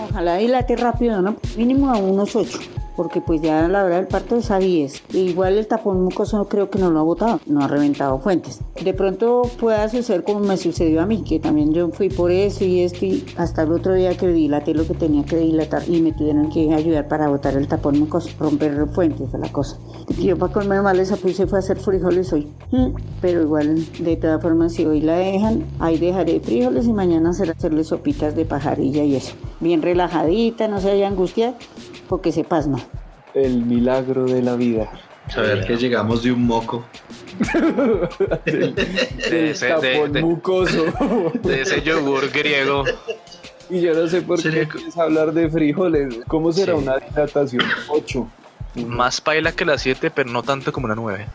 Ojalá dilate rápido, ¿no? pues, Mínimo a unos 8 porque pues ya a la hora del parto es a 10. Igual el tapón mucoso creo que no lo ha botado, no ha reventado fuentes. De pronto pueda suceder como me sucedió a mí, que también yo fui por eso y esto y hasta el otro día que dilaté lo que tenía que dilatar y me tuvieron que ayudar para botar el tapón mucoso, romper fuentes fue la cosa. Yo para comer mal esa puse fue a hacer frijoles hoy, Mm, pero igual de todas formas si hoy la dejan, ahí dejaré frijoles y mañana será hacerle sopitas de pajarilla y eso. Bien relajadita, no se haya angustia, porque se pasma. El milagro de la vida. Saber que llegamos de un moco. del, del ese- tapón de- de- mucoso. De ese yogur griego. y yo no sé por Sería qué co- quieres hablar de frijoles. ¿Cómo será Sí. una dilatación? 8. Más paila que la 7, pero no tanto como la 9.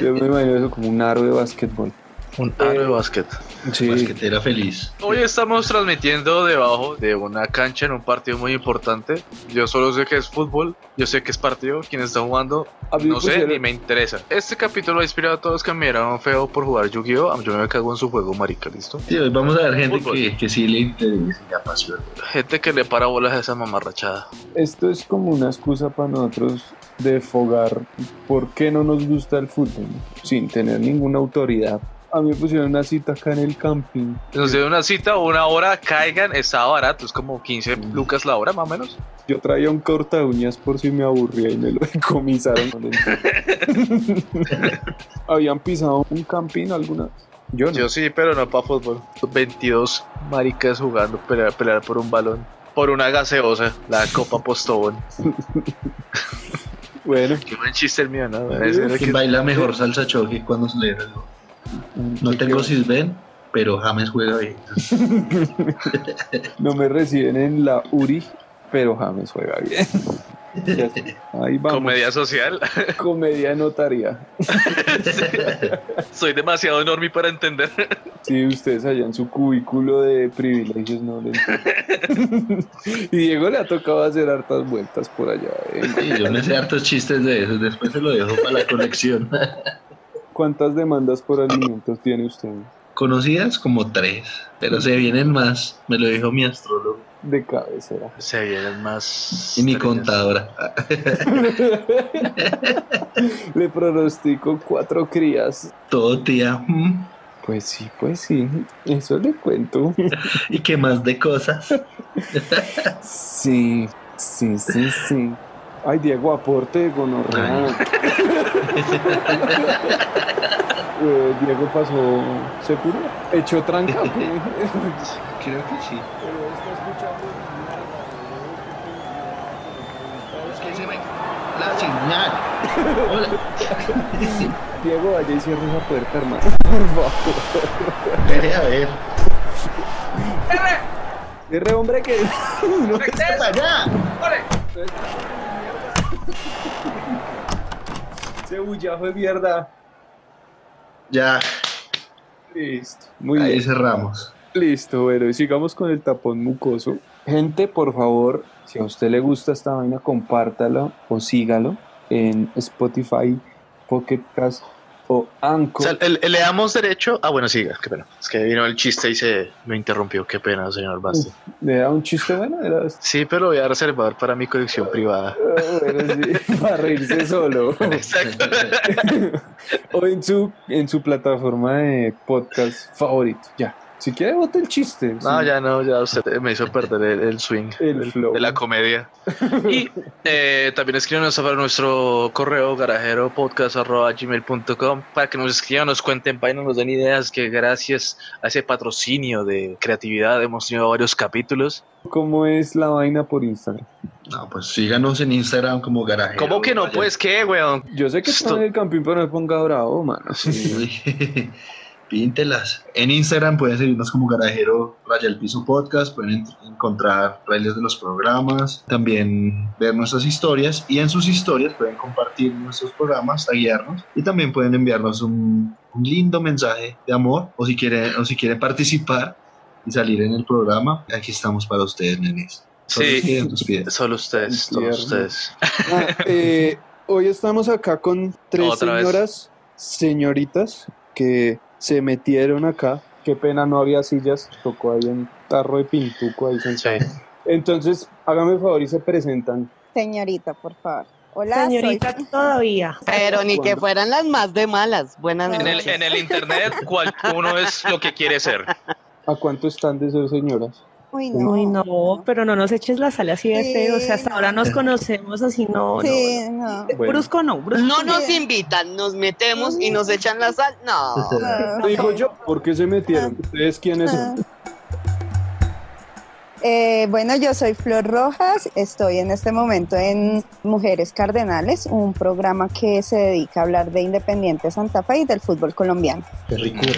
Yo me imagino eso como un aro de básquetbol. Un aro de básquet. Sí. Basquetera feliz. Hoy estamos transmitiendo debajo de una cancha en un partido muy importante. Yo solo sé que es fútbol, yo sé que es partido, quién está jugando, A mí me no sé, pusieron- ni me interesa. Este capítulo ha inspirado a todos que me miraron feo por jugar Yu-Gi-Oh! Yo me cago en su juego, marica, ¿listo? Sí, hoy vamos a ver gente Fútbol. que, que sí le interesa y le apasiona. Gente que le para bolas a esa mamarrachada. Esto es como una excusa para nosotros de fogar por qué no nos gusta el fútbol, ¿no? sin tener ninguna autoridad. A mí me pusieron una cita acá en el camping. Nos dio una cita, una hora, caigan, estaba barato, es como 15 lucas la hora, más o menos. Yo traía un corta uñas por si me aburría y me lo decomisaron. ¿Habían pisado un camping alguna? Yo no. Yo sí, pero no para fútbol. 22 maricas jugando, pelear, pelear por un balón. Por una gaseosa, la Copa Postobón. Bueno, Qué buen chiste el mío, ¿no? Ese era ¿Quién baila mejor salsa choque cuando se le da el gol? No tengo Sisben, pero James juega bien. no me reciben en la URI, pero James juega bien. Ya sé. Ahí vamos. Comedia social. Comedia de notaría. Soy demasiado enorme para entender. Sí, ustedes allá en su cubículo de privilegios no le entienden. Y Diego le ha tocado hacer hartas vueltas por allá. ¿eh? Sí, yo me sé hartos chistes de esos, después se lo dejo para la colección. ¿Cuántas demandas por alimentos tiene usted? Conocidas como tres, pero se vienen más, me lo dijo mi astrólogo De cabecera. Se vienen más. y mi contado contadora. Le pronostico cuatro crías. Todo tía. mm, Pues sí, pues sí. Eso le cuento. ¿Y qué más de cosas? Sí, sí, sí, sí. Ay, Diego, aporte de gonorrea. Eh, Diego pasó seguro. Echó tranca. pues. Creo que sí. La señal. Hola. Diego, vaya y cierre esa puerta, hermano. Por favor. Vete a ver. Cierre, hombre, que. No. ¡Vete para allá! Ese bullazo de mierda. Ya, Listo. Muy ahí bien. cerramos. Listo, bueno, y sigamos con el tapón mucoso. Gente, por favor, si a usted le gusta esta vaina, compártalo o sígalo en Spotify, Pocket Cast o O Anchor. sea, ¿le, le damos derecho. Ah, bueno, siga, qué pena. Es que vino el chiste y se me interrumpió. Qué pena, señor Basti. ¿Le da un chiste bueno? Era- Sí, pero voy a reservar para mi colección privada. Ah, bueno, sí, para reírse solo. Exacto. o en su, en su plataforma de podcast favorito. Ya. Si quiere, bote el chiste. No, sí. ya no, ya usted me hizo perder el, el swing El del- flow. de la comedia. Y eh, también escríbanos para nuestro correo garajeropodcast.gmail.com para que nos escriban, nos cuenten, para nos den ideas que gracias a ese patrocinio de creatividad hemos tenido varios capítulos. ¿Cómo es la vaina por Instagram? No, pues síganos en Instagram como garaje. ¿Cómo que no? Pues, ¿qué, weón? Yo sé que está en el campín, pero no me ponga bravo, mano. Sí. Píntelas. En Instagram pueden seguirnos como Garajero Raya el Piso Podcast, pueden ent- encontrar trailers de los programas, también ver nuestras historias y en sus historias pueden compartir nuestros programas, guiarnos y también pueden enviarnos un, un lindo mensaje de amor o si quieren, o si quieren participar y salir en el programa, aquí estamos para ustedes, nenes. Solo Sí. escriban sus pies. Solo ustedes, Tan todos tierno. ustedes. Ah, eh, hoy estamos acá con tres Otra vez. señoras, señoritas, que se metieron acá. Qué pena, no había sillas. Tocó ahí un tarro de pintuco ahí sentado. Sí. Entonces, hágame el favor y se presentan. Señorita, por favor. Hola, Señorita soy... todavía. Pero ni que Cuando- fueran las más de malas. Buenas En noches. el, en el internet, cual uno es lo que quiere ser. ¿A cuánto están de ser señoras? Uy, no. Uy, no, pero no nos eches la sal así de Sí, feo. O sea, hasta no. ahora nos conocemos así, no. Sí, no. no. Bueno. Brusco no, brusco. No nos Bien. invitan, nos metemos y nos echan la sal. No. No. Lo digo yo, ¿por qué se metieron? ¿Ustedes quiénes son? Eh, bueno, yo soy Flor Rojas, estoy en este momento en Mujeres Cardenales, un programa que se dedica a hablar de Independiente Santa Fe y del fútbol colombiano. Qué ricura.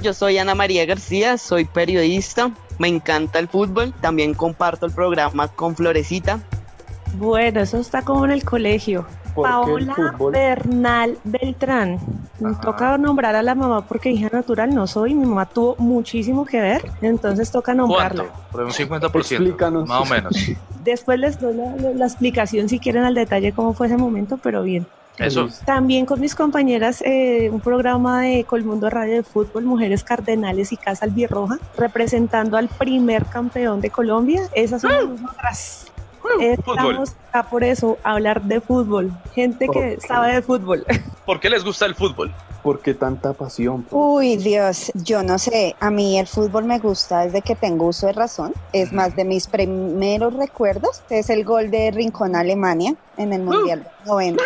Yo soy Ana María García, soy periodista, me encanta el fútbol, también comparto el programa con Florecita. Bueno, eso está como en el colegio. ¿Por qué el Paola fútbol? Bernal Beltrán. Me Ajá. toca nombrar a la mamá porque hija natural no soy. Mi mamá tuvo muchísimo que ver, entonces toca nombrarla. ¿Cuánto? Por un 50%. Explícanos. Más o menos. Después les doy la, la- la explicación si quieren al detalle cómo fue ese momento, pero bien. Eso. También con mis compañeras, eh, un programa de Colmundo Radio de Fútbol, Mujeres Cardenales y Casa Albirroja, representando al primer campeón de Colombia. Esas son nosotras. Mm. Fútbol. Estamos acá por eso, a hablar de fútbol. Gente que Ok. sabe de fútbol. ¿Por qué les gusta el fútbol? ¿Por qué tanta pasión? Uy, Dios, yo no sé, a mí el fútbol me gusta desde que tengo uso de razón, es más de mis primeros recuerdos, es el gol de Rincón Alemania en el Mundial 90.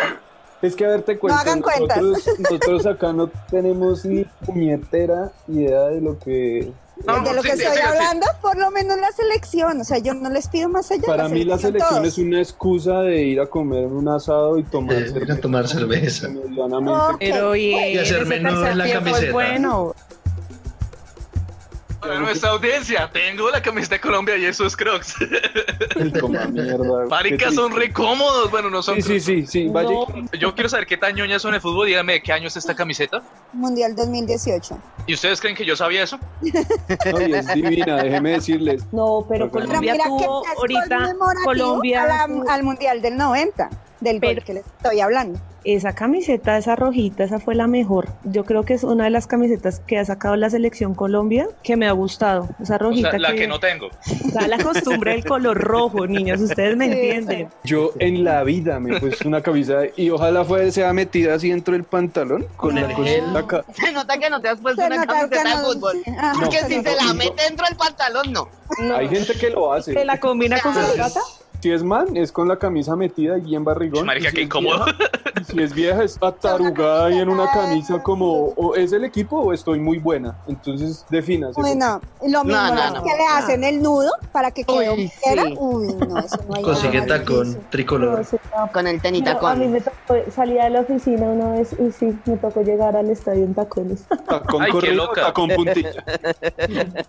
Es que a ver, te cuento. hagan cuentas. nosotros, nosotros acá no tenemos ni puñetera idea de lo que... No, de lo sí, que sí, estoy sí, sí. hablando, por lo menos la selección. O sea, yo no les pido más allá. Para mí la selección todos. es una excusa de ir a comer un asado y tomar De ir a tomar cerveza. Medianamente. Oh. Pero bien, Y hacer ese menudo en tercer la tiempo es camiseta. bueno. Para nuestra audiencia, tengo la camiseta de Colombia y eso es Crocs. Coma mierda. Maricas son re cómodos. Bueno, no son. Sí, sí, sí, sí. Vaya No. Crocs. Yo quiero saber qué tan ñoñas son en el fútbol. Díganme de qué año es esta camiseta. Mundial 2018. ¿Y ustedes creen que yo sabía eso? no, y es divina, déjeme decirles. No, pero Pero Colombia Pero mira tuvo que es ahorita conmemorativo Colombia- a la- al Mundial del 90, del gol Pero- que les estoy hablando. esa camiseta, esa rojita, esa fue la mejor. Yo creo que es una de las camisetas que ha sacado la selección Colombia que me ha gustado. Esa O rojita sea, la que no tengo. da la costumbre del color rojo, niños, ustedes me Sí, entienden. Yo en la vida me he puesto una camisa y ojalá fuera sea metida así dentro del pantalón con la No. cosita acá. Se nota que no te has puesto Se una nota que camiseta de no- fútbol. Ajá, Porque se si nota. se la no. mete dentro del pantalón, no. Hay gente que lo hace. ¿Se la combina con su gata? Si es man, es con la camisa metida y en barrigón. Marica, Y si qué es incómodo. vieja- y si es vieja, es atarugada y en una camisa como, o ¿es el equipo o estoy muy buena? Entonces, defina. Uy, no, lo mismo no, las no. que le hacen Ah. el nudo para que quede Uy, quiera. sí. Uy, no, eso no hay Consigue nada tacón difícil. tricolor. Con el Yo, a mí tenitacón. me tocó, salía de la oficina una vez y sí, me tocó llegar al estadio en tacones. Con Ay, qué corrido, loca. con puntilla.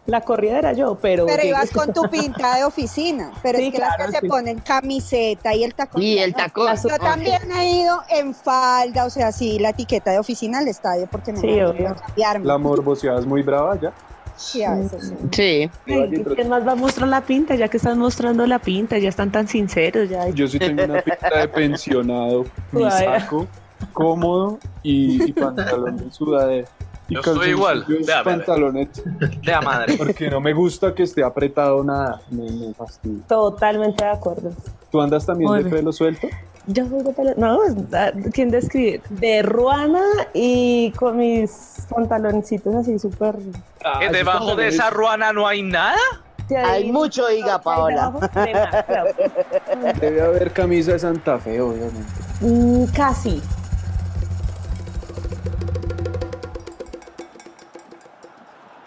La corrida era yo, pero. Pero ibas con tu pinta de oficina. Pero Sí, es que las claro, que se sí. ponen camiseta y el tacón. Y el no. tacón. Yo también he ido en falda, o sea, sí, la etiqueta de oficina al estadio porque no Sí, me obvio. gusta cambiarme. La morboseada es muy brava ya. Sí, a veces, sí. Sí. Ay, ¿y ¿Quién más va a mostrar la pinta? Ya que están mostrando la pinta, ya están tan sinceros. ya Yo sí tengo una pinta de pensionado, mi Ay. saco cómodo y, y pantalón de sudadera. Y Yo soy calzoncillos, igual. Vea, vea, vea. pantalones, De la madre. porque no me gusta que esté apretado nada. Me, me fastidia. Totalmente de acuerdo. ¿Tú andas también Muy de bien. pelo suelto? Yo soy de pelo- No, da- ¿quién describe? De ruana y con mis pantaloncitos así súper... Ah, ¿Que eso debajo también de es- esa ruana no hay nada? Sí, ahí- Hay mucho higa, Paola. Demasiado. Debe haber camisa de Santa Fe, obviamente. Mm, casi.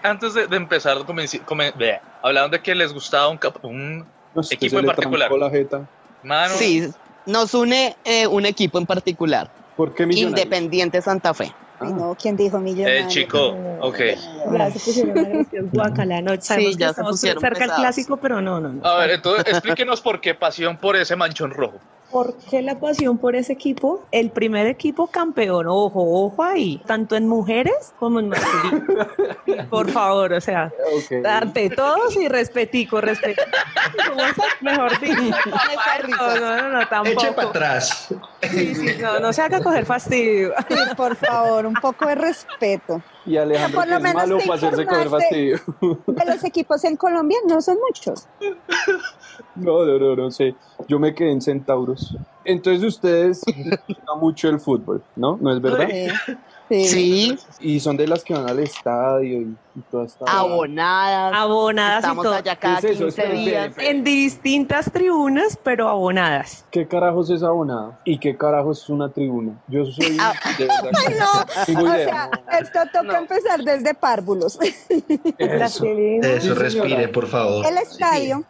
Antes de, de empezar, comenci- come- bleh, hablaron de que les gustaba un, cap- un No sé, Equipo se le en particular. trancó la jeta. mano. Sí, nos une eh, un equipo en particular. ¿Por qué millonarios? Independiente Santa Fe. Ah. Ay, no, ¿quién dijo millonario? Eh, chico, ok. Ya se pusieron agresivos, guacala, no, sabemos ya que se estamos pusieron cerca del pesados. clásico, pero no, no, no. A ver, entonces explíquenos por qué pasión por ese manchón rojo. ¿Por qué la pasión por ese equipo? El primer equipo campeón, ojo, ojo ahí, tanto en mujeres como en masculinos. Por favor, o sea, Ok. ante todos y respetico, respetico. ¿Cómo es? Mejor dicho. No, no, no, Eche para tampoco. atrás. Sí, sí, no, no se haga coger fastidio. Sí, por favor, un poco de respeto. Y Alejandro Por lo que es menos malo te para hacerse coger informaste. fastidio. De los equipos en Colombia no son muchos. No, no, no, no sé. Yo me quedé en centauros. Entonces ustedes les gusta mucho el fútbol, ¿no? ¿No es verdad? Sí. Sí. Sí, Y son de las que van al estadio y, y toda esta... abonadas. Abonadas y Estamos todo. allá cada ¿Qué es eso? 15 Espera, espera, días. espera. En distintas tribunas, pero abonadas. ¿Qué carajos es abonado? ¿Y qué carajos es una tribuna? Yo soy... Ah. de verdad que No, no tengo o idea. sea, esto toca No. empezar desde párvulos. Las Eso, que Sí, eso, señora. respire, por favor. El estadio.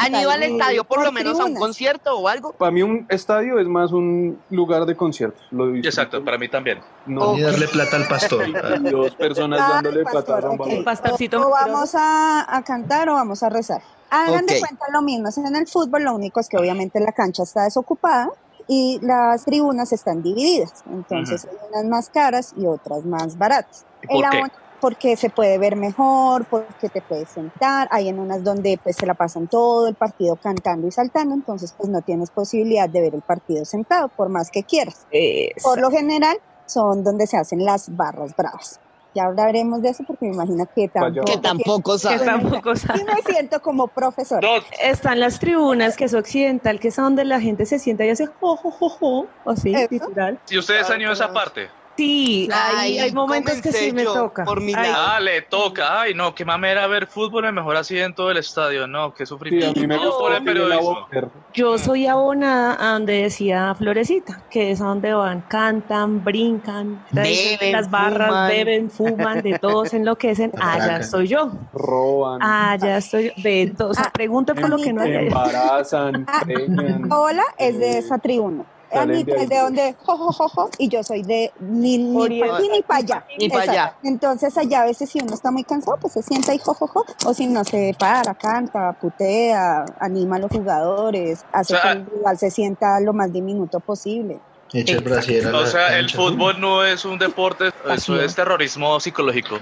Han ido al estadio estadio por lo con menos a un tribunas. concierto o algo. Para mí un estadio es más un lugar de conciertos. Lo disfruto. Exacto, para mí también. No, Y darle plata al pastor. y dos personas Ay, dándole pastor, plata a un ok. balón. Pastorcito. O, o vamos a, a cantar o vamos a rezar. Hagan Ok. de cuenta lo mismo. es En el fútbol lo único es que obviamente la cancha está desocupada y las tribunas están divididas. Entonces hay unas más caras y otras más baratas. ¿Y por El qué? abono- porque se puede ver mejor, porque te puedes sentar, hay en unas donde pues se la pasan todo el partido cantando y saltando, entonces pues no tienes posibilidad de ver el partido sentado, por más que quieras. Eso. Por lo general son donde se hacen las barras bravas. Ya hablaremos de eso porque me imagino que tampoco. Que tampoco Que sabe. tampoco Y sabe. me siento como profesora. Dos. Están las tribunas, que es occidental, que es a donde la gente se sienta y hace jo, jo, jo, jo, así, ¿Eso? literal. ¿Y ustedes han ido a esa Ahora- parte? Sí, Ay, hay, hay momentos que comencé sí me yo, toca. por mi Ay, lado. Ah, le toca. Ay, no, qué mamera ver fútbol, el mejor asiento del estadio. No, qué Sí, a sufrimiento. mí me No, gustó pobre Miguel periodismo. Aboter. Yo soy abonada a donde decía Florecita, que es a donde van, cantan, brincan, traen Beben, las barras, fuman. beben, fuman, de todo, se enloquecen. Allá Atracan. estoy Ah, yo. roban, Ah. Allá Ah, estoy yo. De todo. O sea, Ah, pregunte por lo que no hay. embarazan, Ah. preñan. Hola es de esa tribuna. Salen Anita de es de ahí. donde jo, jo, jo, jo, y yo soy de ni, ni Oriente. para aquí ni para allá. Ni pa' allá. Exacto. Entonces allá a veces si uno está muy cansado, pues se sienta y jo, jo, jo, o si no se para, canta, putea, anima a los jugadores, hace O sea, que el rival se sienta lo más diminuto posible. Echa el brasier a la O sea, el cancha. fútbol no es un deporte, eso es terrorismo psicológico.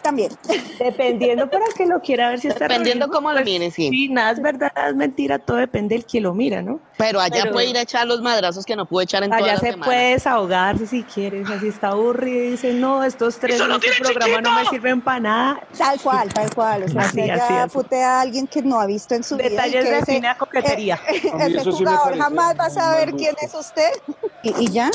También. Dependiendo para que lo quiera ver si está Dependiendo reunido, cómo lo pues, mire, sí. Sí, nada es verdad, nada es mentira, todo depende del que lo mira, ¿no? Pero allá Pero- puede ir a echar los madrazos que no pudo echar en toda Allá la se semana. puede desahogar si quieres, así está aburrido y dice, no, estos tres ¡Eso en lo este tiene programa no me sirven para nada. Tal cual, tal cual. O sea, Así, si ella así, así. putea a alguien que no ha visto en su Detalles vida. de y que fina coquetería. eh, ese, A mí ese eso sí me jugador parece jamás va a un saber mal quién es gusto. usted. Y, y ya.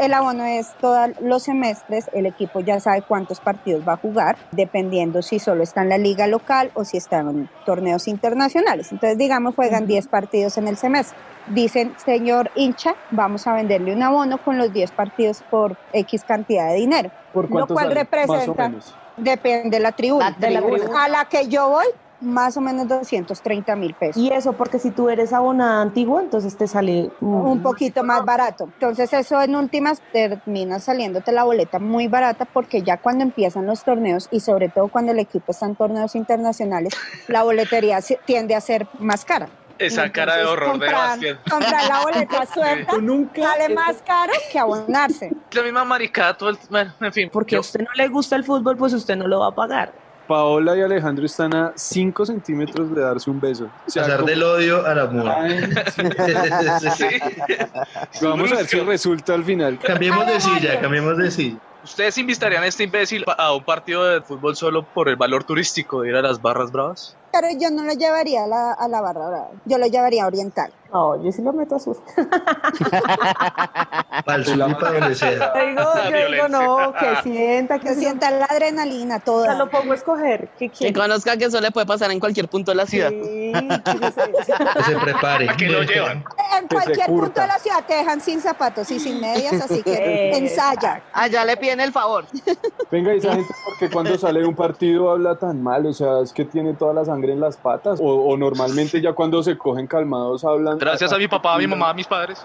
El abono es todos los semestres, el equipo ya sabe cuántos partidos va a jugar, dependiendo si solo está en la liga local o si está en torneos internacionales. Entonces, digamos, juegan 10 partidos en el semestre. Dicen, señor hincha, vamos a venderle un abono con los 10 partidos por X cantidad de dinero. ¿Por lo cuánto cual sale? Más o representa- menos. Depende de la tribuna. Ah, La De la tribuna. tribuna. A la que yo voy, más o menos 230 mil pesos. Y eso, porque si tú eres abonada antigua, entonces te Pues este sale mm, Un poquito más barato. Entonces eso en últimas termina saliéndote la boleta muy barata porque ya cuando empiezan los torneos y sobre todo cuando el equipo está en torneos internacionales, la boletería se- tiende a ser más cara. Esa cara de Entonces, horror comprar, de básquet. Comprar la boleta suelta Yo nunca... sale más caro que abonarse. La misma maricada todo el... bueno, en fin. Porque a Yo- usted no le gusta el fútbol, pues usted no lo va a pagar. Paola y Alejandro están a 5 centímetros de darse un beso. O sea, Pasar como- del odio al amor. Ay, sí. Sí. Vamos a ver si resulta al final. Cambiemos de silla, cambiemos de silla. ¿Ustedes invitarían a este imbécil pa- a un partido de fútbol solo por el valor turístico de ir a las barras bravas? Pero yo no lo llevaría a la, a la barra brava, yo lo llevaría a Oriental. No, yo sí lo meto a sus. Para el sur y para donde sea. Yo digo, yo digo, no, que sienta, Que que sienta. sienta la adrenalina O sea, toda. lo pongo a escoger. ¿Qué Que quiere? conozca que eso le puede pasar en cualquier punto de la ciudad. Sí, que yo sé. Que se prepare. ¿A qué lo llevan? En que se cualquier punto curta. de la ciudad te dejan sin zapatos y sin medias, así que Exacto. ensaya. Allá le piden el favor. Venga, esa gente, porque cuando sale de un partido habla tan mal? O sea, es que tiene toda la sangre en las patas. O, o normalmente ya cuando se cogen calmados hablan. Ah, Gracias a mi papá, a mi mamá, a mis padres.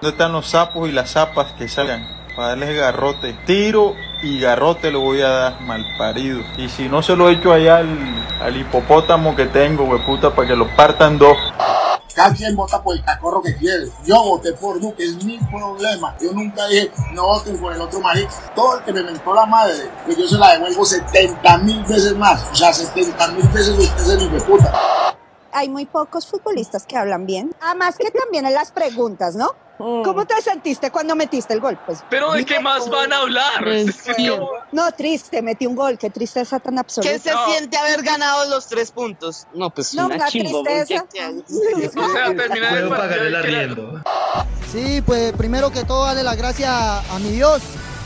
¿Dónde están los sapos y las zapas que salgan? Para darles garrote. Tiro y garrote lo voy a dar, mal parido. Y si no se lo echo allá al, al hipopótamo que tengo, hueputa, para que lo partan dos. Cada quien vota por el cacorro que quiere. Yo voté por Duque, es mi problema. Yo nunca dije, no voten por el otro marido. Todo el que me mentó la madre, pues yo se la devuelvo 70 mil veces más. O sea, 70 mil veces usted se me puta. hay muy pocos futbolistas que hablan bien. Además que también en las preguntas, ¿no? Mm. ¿Cómo te sentiste cuando metiste el gol? Pues, Pero ¿de qué más van a hablar? Pues, no, triste, metí un gol, qué tristeza tan absoluta. ¿Qué se siente haber ganado los tres puntos? No, pues No, una una chimbo, tristeza. ¿qué- qué- O sea, terminar Puedo el partido. pagar el y que- arriendo. Sí, pues primero que todo, darle las gracias a mi Dios,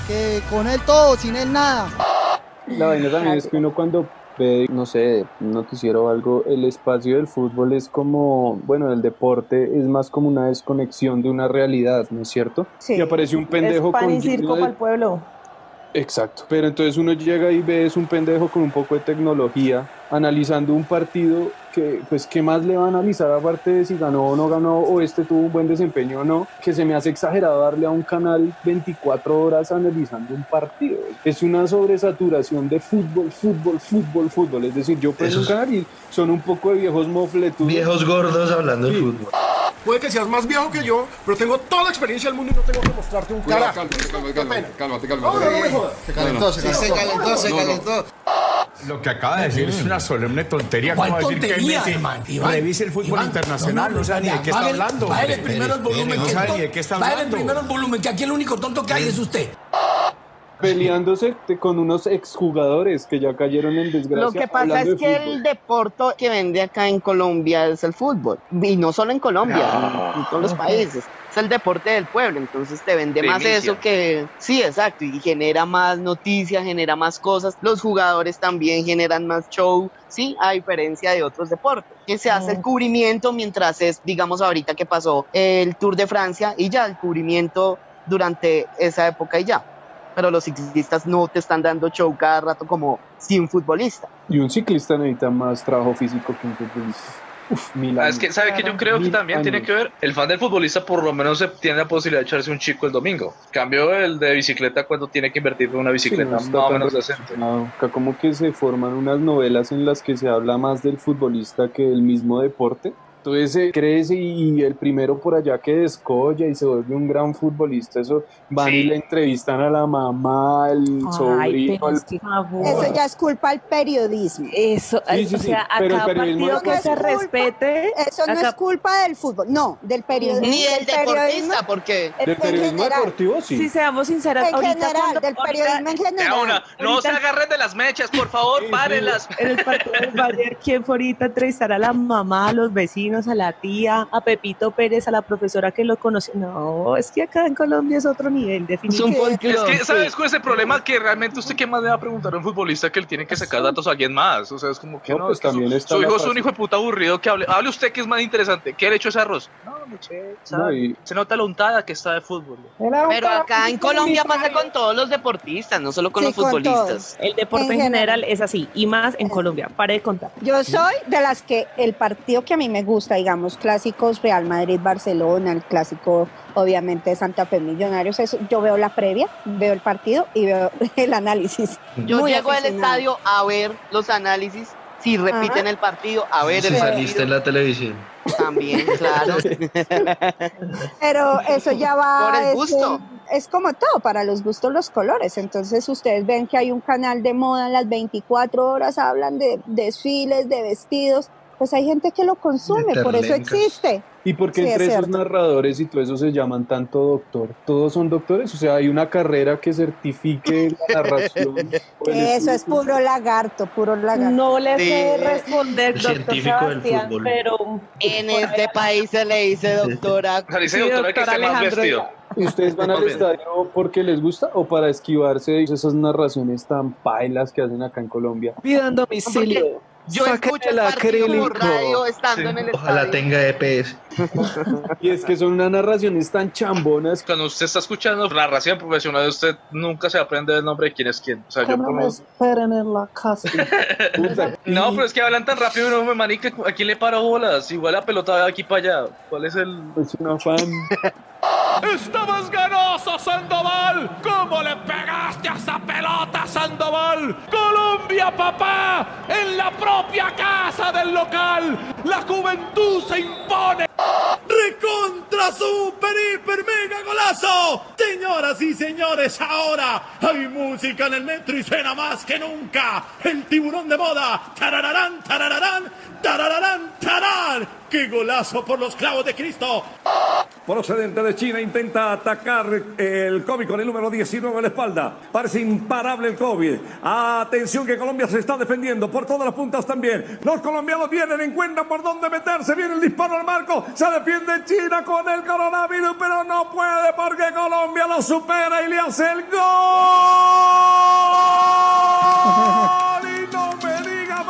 que con él todo, sin él nada. La vaina también es que uno cuando ve, no sé, un noticiero o algo, el espacio del fútbol es como, bueno, el deporte es más como una desconexión de una realidad, ¿no es cierto? Y aparece un pendejo es pan y con lleno circo de- para el pueblo. Exacto, pero entonces uno llega y ve es un pendejo con un poco de tecnología analizando un partido que pues qué más le va a analizar aparte de si ganó o no ganó o este tuvo un buen desempeño o no, que se me hace exagerado darle a un canal 24 horas analizando un partido. Es una sobresaturación de fútbol, fútbol, fútbol, fútbol, es decir, yo prendo un Esos- canal y son un poco de viejos mofletudos. Viejos gordos hablando de Sí. fútbol. Puede que seas más viejo que yo, pero tengo toda la experiencia del mundo y no tengo que mostrarte un Cuidado, carajo. cálmate, Qué cálmate, pena. cálmate, No, no, no me jodas. Se calentó, se calentó, se calentó, se No, no. calentó. Lo que acaba de decir es una solemne tontería. ¿Cuál como decir tontería, que el Iván? Messi Iván, revise el fútbol Iván, internacional? No, sabe ni de qué está Bájale- hablando. bájale hombre. primero el volumen. No que sabe to- ni de qué está bájale hablando. primero el volumen, que aquí el único tonto que hay es usted. Peleándose te- con unos exjugadores que ya cayeron en desgracia. Lo que pasa hablando es de que fútbol. el deporte que vende acá en Colombia es el fútbol. Y no solo en Colombia, en todos Ah. los países. pues, Es el deporte del pueblo, entonces te vende más Primicia. eso que... Sí, exacto, y genera más noticias, genera más cosas. Los jugadores también generan más show, sí, a diferencia de otros deportes. Que se hace el cubrimiento mientras es, digamos, ahorita que pasó el Tour de Francia y ya el cubrimiento durante esa época y ya. Pero los ciclistas no te están dando show cada rato como sin futbolista. Y un ciclista necesita más trabajo físico que un futbolista. Uf, mil Ah, años. es que, ¿sabe que Yo creo que Mil también tiene años. que ver, el fan del futbolista por lo menos se- tiene la posibilidad de echarse un chico el domingo. Cambio el de bicicleta cuando tiene que invertir en una bicicleta Sí, no, más o está menos tan decente. relacionado. Acá como que se forman unas novelas en las que se habla más del futbolista que del mismo deporte. Entonces eh, crece y el primero por allá que descolla y se vuelve un gran futbolista. Eso van y le entrevistan a la mamá, al sobrino, al Eso ya es culpa del periodismo. Eso, Sí, sí, o sí, sea, a pero el cada periodismo partido lo que hace. se respete. Eso no acá- es culpa del fútbol, no, del periodismo. Ni del deportista, porque... del periodismo deportivo, sí. Si seamos sinceras, En ahorita general, cuando- del ahorita- periodismo en general. Ya, una, no se agarren de las mechas, por favor, párenlas. En el partido del Bayern, ¿quién fue ahorita a entrevistar a la mamá, a los vecinos, a la tía, a Pepito Pérez, a la profesora que lo conoció? No, es que acá en Colombia es otro nivel, definitivamente. Es que, ¿sabes cuál es el problema? Que realmente usted qué más le va a preguntar a un futbolista que él tiene que sacar datos a alguien más. O sea, es como que No, no, pues es que su- también su, está la hijo es un frase. hijo de puta aburrido que hable. Hable usted que es más interesante. ¿Qué le hecho ese arroz? No, no sé, sabe. No, y- Se nota la untada que está de fútbol. Pero acá en Colombia pasa con todos los deportistas, no solo con Sí, los con futbolistas. todos. El deporte en general es así, y más en Colombia. Pare de contar. Eh. Yo soy de las que el partido que a mí me gusta, digamos, clásicos Real Madrid, Barcelona, el clásico obviamente Santa Fe Millonarios, eso, yo veo la previa, veo el partido y veo el análisis. Yo Muy llego al aficionada. estadio a ver los análisis, si repiten el partido, a ver Sí. el Saliste partido en la televisión. también, claro. Pero eso ya va. Por el es gusto. que- Es, como todo, para los gustos los colores. Entonces ustedes ven que hay un canal de moda, en las 24 horas hablan de desfiles, de vestidos. Pues hay gente que lo consume, por eso terlencas. existe. ¿Y por qué Sí, es entre esos cierto. narradores y todo eso se llaman tanto doctor? ¿Todos son doctores? O sea, hay una carrera que certifique la narración. o el Eso estudio. es puro lagarto, puro lagarto. No le Sí. sé El responder, doctor científico del Sebastián, fútbol. pero... En este país se le dice doctora. Se le dice doctora que esté más vestido. ¿Y ustedes van al También. estadio porque les gusta o para esquivarse de esas narraciones tan pailas que hacen acá en Colombia? Pidan domicilio. Yo escucho el el partido acrílico. por radio estando en el Ojalá estadio. tenga E EPS. Y es que son unas narraciones tan chambonas. Cuando usted está escuchando narración profesional, usted nunca se aprende el nombre de quién es quién. O sea, yo por lo- No me esperen en la casa. No, pero es que hablan tan rápido, no me manica, ¿a quién le paro bolas? Igual la pelota va aquí para allá. ¿Cuál es el...? Es un afán. ¡Estabas ganoso, Sandoval! ¿Cómo le pegaste a esa pelota, Sandoval? ¡Colombia, papá! ¡En la propia casa del local! ¡La juventud se impone! ¡Recontra super hiper mega golazo! Señoras y señores, ahora hay música en el metro y suena más que nunca. El tiburón de moda. Tarararán, tarararán, tarararán, tará. ¡Qué golazo por los clavos de Cristo! Procedente de China intenta atacar el COVID con el número 19 en la espalda. Parece imparable el COVID. Atención que Colombia se está defendiendo por todas las puntas también. Los colombianos vienen, encuentran por dónde meterse. Viene el disparo al marco. Se defiende China con el coronavirus, pero no puede porque Colombia lo supera y le hace el gol. Y no me diga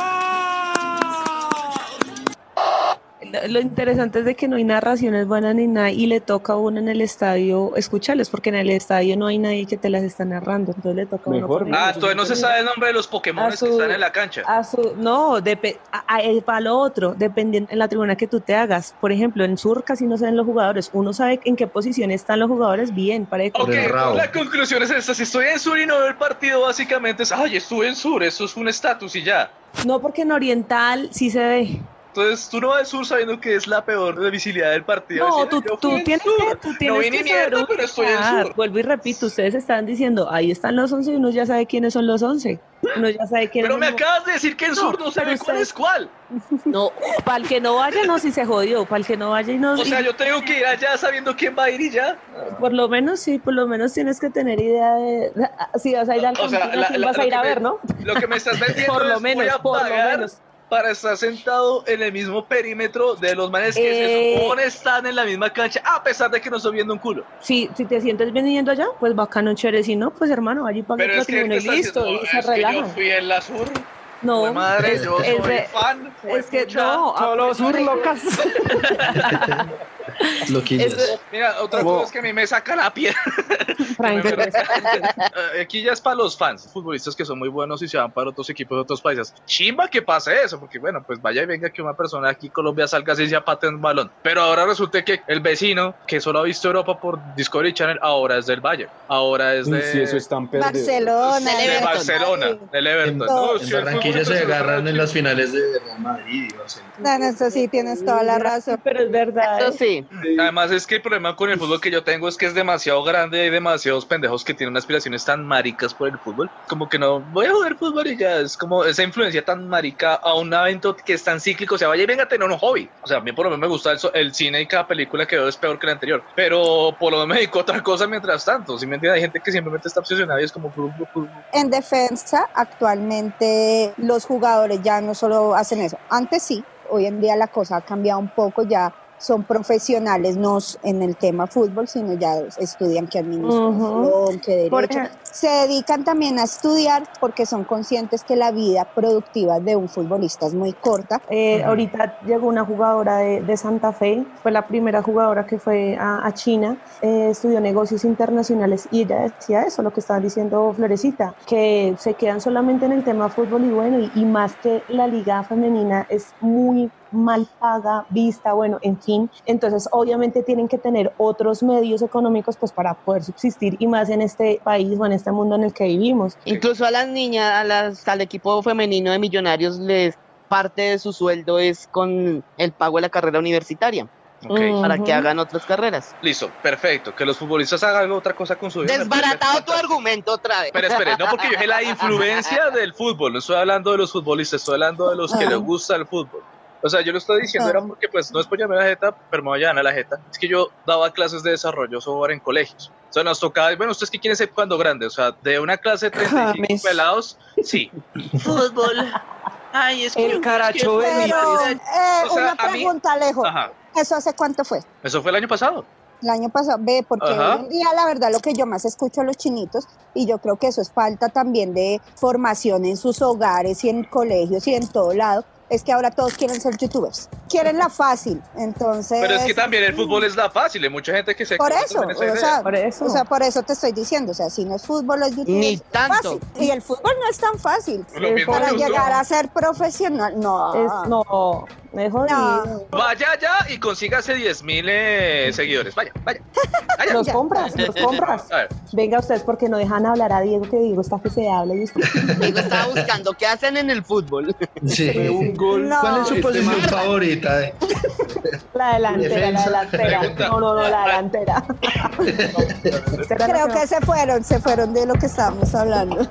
Lo- Lo interesante es de que no hay narraciones buenas ni nada y le toca a uno en el estadio escucharles porque en el estadio no hay nadie que te las está narrando, entonces le toca a uno poner- Ah, entonces no se sabe el nombre de los Pokémon pues, A su- que están en la cancha. a su- no, depe- a- a- eh, para lo otro, dependiendo en la tribuna que tú te hagas. Por ejemplo, en sur casi no saben los jugadores. Uno sabe en qué posición están los jugadores bien, para Ok, pues, la conclusión es esta. Si estoy en Sur y no veo el partido, básicamente es, ay, estuve en Sur, eso es un estatus y ya. No, porque en Oriental sí se ve. Entonces tú no vas al Sur sabiendo que es la peor visibilidad del partido. No, Decir, tú, "Ay, yo tú fui en tienes Sur, que, tú tienes no vi que ni mierda, saber pero estoy en ubicar. Sur. Vuelvo y repito, ustedes estaban diciendo, ahí están los 11 y uno ya sabe quiénes son los 11. Uno ya sabe quiénes Pero me son los- acabas de decir que en Sur no sabe cuál es cuál. No, para el que no vaya, no, si se jodió. Para el que no vaya y no... O sea, y- yo tengo que ir allá sabiendo quién va a ir y ya. Por lo menos sí, por lo menos tienes que tener idea de ah, si vas a ir al O sea, camping, a la- quién la- vas lo a ir que a me- ver, ¿no? Lo que me estás vendiendo Por lo es menos, voy a por lo pagar menos. para estar sentado en el mismo perímetro de los manes que Eh. se supone están en la misma cancha, a pesar de que no estoy viendo un culo. Si, si te sientes bien yendo allá, pues bacano, chévere. Si no, pues hermano, allí paga Pero el es que él te patrimonio y está listo, diciendo, y "No, se es que yo relajan. fui en la sur. No, pues, Jue madre, yo soy re- fan, jue es que pucha. no, Solo ah, sur, pues, locas. Loquillas. Es- Mira, otra cosa es que a mí me saca la piedra. Eh, Aquí ya es para los fans, futbolistas que son muy buenos y se van para otros equipos de otros países. Chimba que pase eso, porque bueno, pues vaya y venga que una persona aquí en Colombia salga así y se apate un balón. Pero ahora resulta que el vecino que solo ha visto Europa por Discovery Channel ahora es del Valle, ahora es Uy, de sí, eso es tan perdido. Barcelona, de Everton. Barcelona, del Everton. No, En si el Barranquilla fútbol se no agarran en las finales de Real Madrid y Barcelona. No, en eso sí tienes toda la razón. Pero es verdad. ¿eh? Eso sí. Además es que el problema con el fútbol que yo tengo es que es demasiado grande y hay demasiados pendejos que tienen aspiraciones tan maricas por el fútbol. Como que no, voy a jugar fútbol y ya es como esa influencia tan marica a un evento que es tan cíclico. O sea, vaya y venga a tener un hobby. O sea, a mí por lo menos me gusta el, so- el cine y cada película que veo es peor que la anterior. Pero por lo menos me dedico a otra cosa mientras tanto. Si me entiendes, hay gente que simplemente está obsesionada y es como... "Fu- fu- fu- En defensa, actualmente los jugadores ya no solo hacen eso. Antes sí, hoy en día la cosa ha cambiado un poco, ya son profesionales, no s- en el tema fútbol, sino ya estudian que administración, Ujú. que derecho. Por ej- Se dedican también a estudiar porque son conscientes que la vida productiva de un futbolista es muy corta. Eh, ahorita llegó una jugadora de, de Santa Fe, fue la primera jugadora que fue a, a China, eh, estudió negocios internacionales y ella decía eso, lo que estaba diciendo Florecita, que se quedan solamente en el tema fútbol y bueno, y, y más que la liga femenina es muy mal paga, vista, bueno, en fin. Entonces, obviamente tienen que tener otros medios económicos pues para poder subsistir y más en este país o en este mundo en el que vivimos. Incluso a las niñas, a las, al equipo femenino de Millonarios, les parte de su sueldo es con el pago de la carrera universitaria. Ok. Para que Ujú. hagan otras carreras. Listo, perfecto. Que los futbolistas hagan otra cosa con su vida. Desbaratado tu argumento otra vez. Pero espere, no porque yo dije la influencia del fútbol, no estoy hablando de los futbolistas, estoy hablando de los que les gusta el fútbol. O sea, yo lo estoy diciendo, era porque pues no es por llamarme la jeta, pero me voy a ganar la jeta. Es que yo daba clases de desarrollo software en colegios. O sea, nos tocaba, bueno, ¿ustedes qué quieren ser cuando grande? O sea, de una clase de 35 James. pelados, sí. Fútbol. Ay, es que. El caracho de Pero, Benítez. eh, O sea, una a mí- pregunta, Alejo. Ajá. ¿Eso hace cuánto fue? Eso fue el año pasado. El año pasado, ve, porque Ajá. hoy en día la verdad lo que yo más escucho a los chinitos, y yo creo que eso es falta también de formación en sus hogares y en colegios y en todo lado, es que ahora todos quieren ser youtubers. Quieren la fácil, entonces... Pero es que también el fútbol es la fácil, hay mucha gente que se... Por queda eso, en o esa idea. sea, por eso, o sea, por eso te estoy diciendo, o sea, si no es fútbol es YouTube. Ni es tanto. fácil. Y el fútbol no es tan fácil. Lo mismo Para que los llegar dos. a ser profesional, no. Es- no, es jodido. Vaya ya y consígase 10 mil eh, seguidores. Vaya, vaya. vaya. Los compras, los compras. A ver, Venga ustedes porque no dejan hablar a Diego que Diego está que se habla y usted Diego estaba buscando qué hacen en el fútbol. Sí. No. ¿Cuál es su Este posición man- favorita? eh? la delantera, la Defensa. delantera. No, no, no, la delantera. Creo que se fueron, se fueron de lo que estábamos hablando.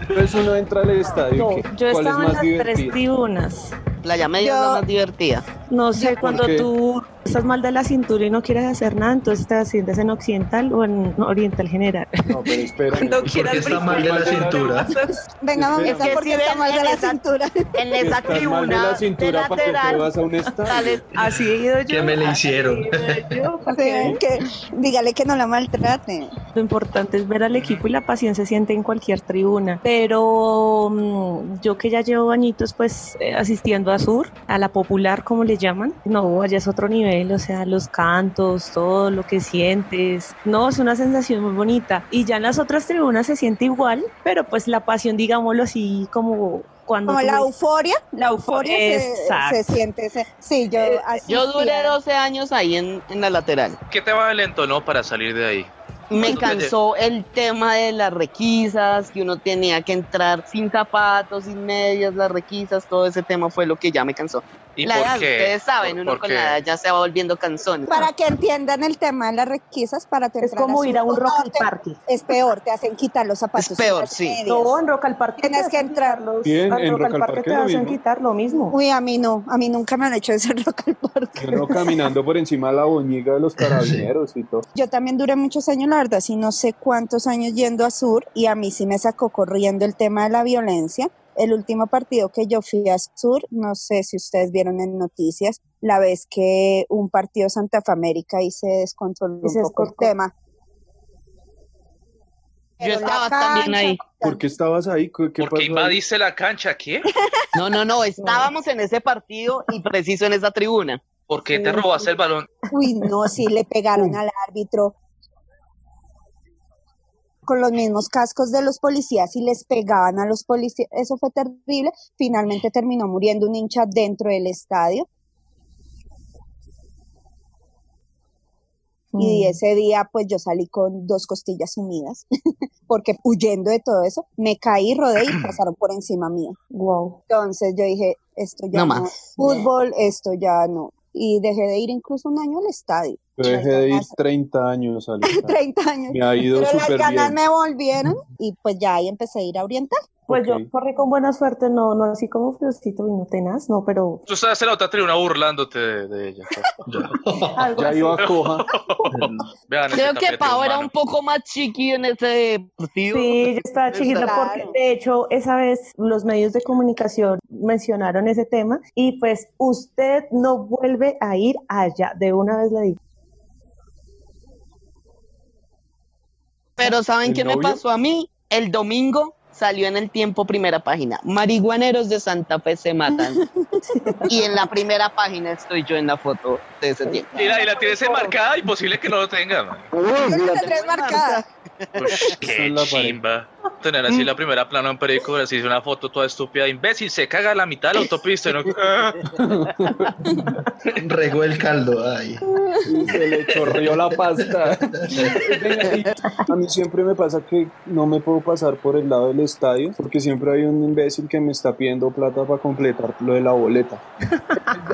Entonces uno entra al estadio. No, ¿qué? yo ¿Cuál es estaba en más las divertido? Tres tribunas. Playa Media es la más divertida. No sé, cuando qué? tú estás mal de la cintura y no quieres hacer nada, entonces te sientes en occidental o en oriental general. No, pero espera. Cuando quieras está mal de la cintura? Venga, mamita, Espera. porque está mal de la cintura. En esa Estás mal de tribuna la cintura para que te vas a un estadio. Así he ido yo. Que me le hicieron. Sí, que- dígale que no la maltrate. Lo importante es ver al equipo y la pasión se siente en cualquier tribuna. Pero mm, yo que ya llevo añitos pues eh, asistiendo a Sur, a la popular como le llaman, no, allá es otro nivel, o sea, los cantos, todo lo que sientes, no, es una sensación muy bonita. Y ya en las otras tribunas se siente igual, pero pues la pasión, digámoslo así, como cuando... Como tú la ves- euforia, la euforia se, Exacto. se siente. se- sí, eh. yo asistí Eh, Yo duré a- 12 años ahí en, en la lateral. ¿Qué te va lento, no? Para salir de ahí. Me ¿Cuánto te cansó el tema de las requisas, que uno tenía que entrar sin zapatos, sin medias, las requisas, todo ese tema fue lo que ya me cansó. ¿Y la por edad, qué? ustedes saben, ¿Por- uno por con qué? la edad ya se va volviendo cansón. Para que entiendan el tema de las requisas, para tu Es como ir a un rock al parque. Es peor, te hacen quitar los zapatos. Es peor, las sí. medias. No, en Rock al Parque Tienes que entrar. los... Bien, en Rock Rock al al Parque Parque te es lo hacen mismo. quitar lo mismo. Uy, a mí no, a mí nunca me han hecho ese rock al parque. Y uno caminando por encima de la boñiga de los carabineros y todo. Yo también duré muchos años, la verdad, sí, no sé cuántos años yendo a Sur y a mí sí me sacó corriendo el tema de la violencia. El último partido que yo fui a Sur, no sé si ustedes vieron en noticias, la vez que un partido Santa Fe América y se descontroló Y se un poco el tema. Yo Pero la estaba también cancha, ahí. ¿Por qué estabas ahí? ¿Qué, qué ¿Qué pasó? ahí? invadiste la cancha? ¿Qué? No, no, no, estábamos en ese partido y preciso en esa tribuna. ¿Por qué te robaste el balón? Uy, no, sí le pegaron al árbitro con los mismos cascos de los policías y les pegaban a los policías. Eso fue terrible. Finalmente terminó muriendo un hincha dentro del estadio. Y ese día, pues yo salí con dos costillas unidas, porque huyendo de todo eso, me caí, rodé y pasaron por encima mío. Wow. Entonces yo dije, esto ya No no, más. es fútbol, esto ya no. Y dejé de ir incluso un año al estadio. Yo dejé de ir 30 años al estadio. 30 años. Me ha ido Pero las súper ganas bien. me volvieron y pues ya ahí empecé a ir a Oriental. Pues Ok. yo corrí con buena suerte, no, no así como Fiorcito y no tenaz, no, pero Tú estabas en la otra tribuna burlándote de, de ella. algo Ya así. iba coja. Vean ese Creo que tapete Pau era humano. un poco más chiqui en ese partido. Sí, yo estaba chiquita Claro. porque de hecho esa vez los medios de comunicación mencionaron ese tema y pues usted no vuelve a ir allá, de una vez le digo. Pero ¿saben ¿El qué me novio? pasó a mí? El domingo salió en el tiempo primera página. Marihuaneros de Santa Fe se matan. y en la primera página estoy yo en la foto de ese tiempo. Y la, y la tienes enmarcada y posible que no lo tenga. man. Yo la tendré marcada. Ush, Esa es qué la pared. chimba. Tener así la primera plana en periódico, así una foto toda estúpida. Imbécil, se caga a la mitad de la autopista. y no- Ah. Regó el caldo, ay. Y se le chorreó la pasta. Venga, y a mí siempre me pasa que no me puedo pasar por el lado del estadio porque siempre hay un imbécil que me está pidiendo plata para completar lo de la boleta.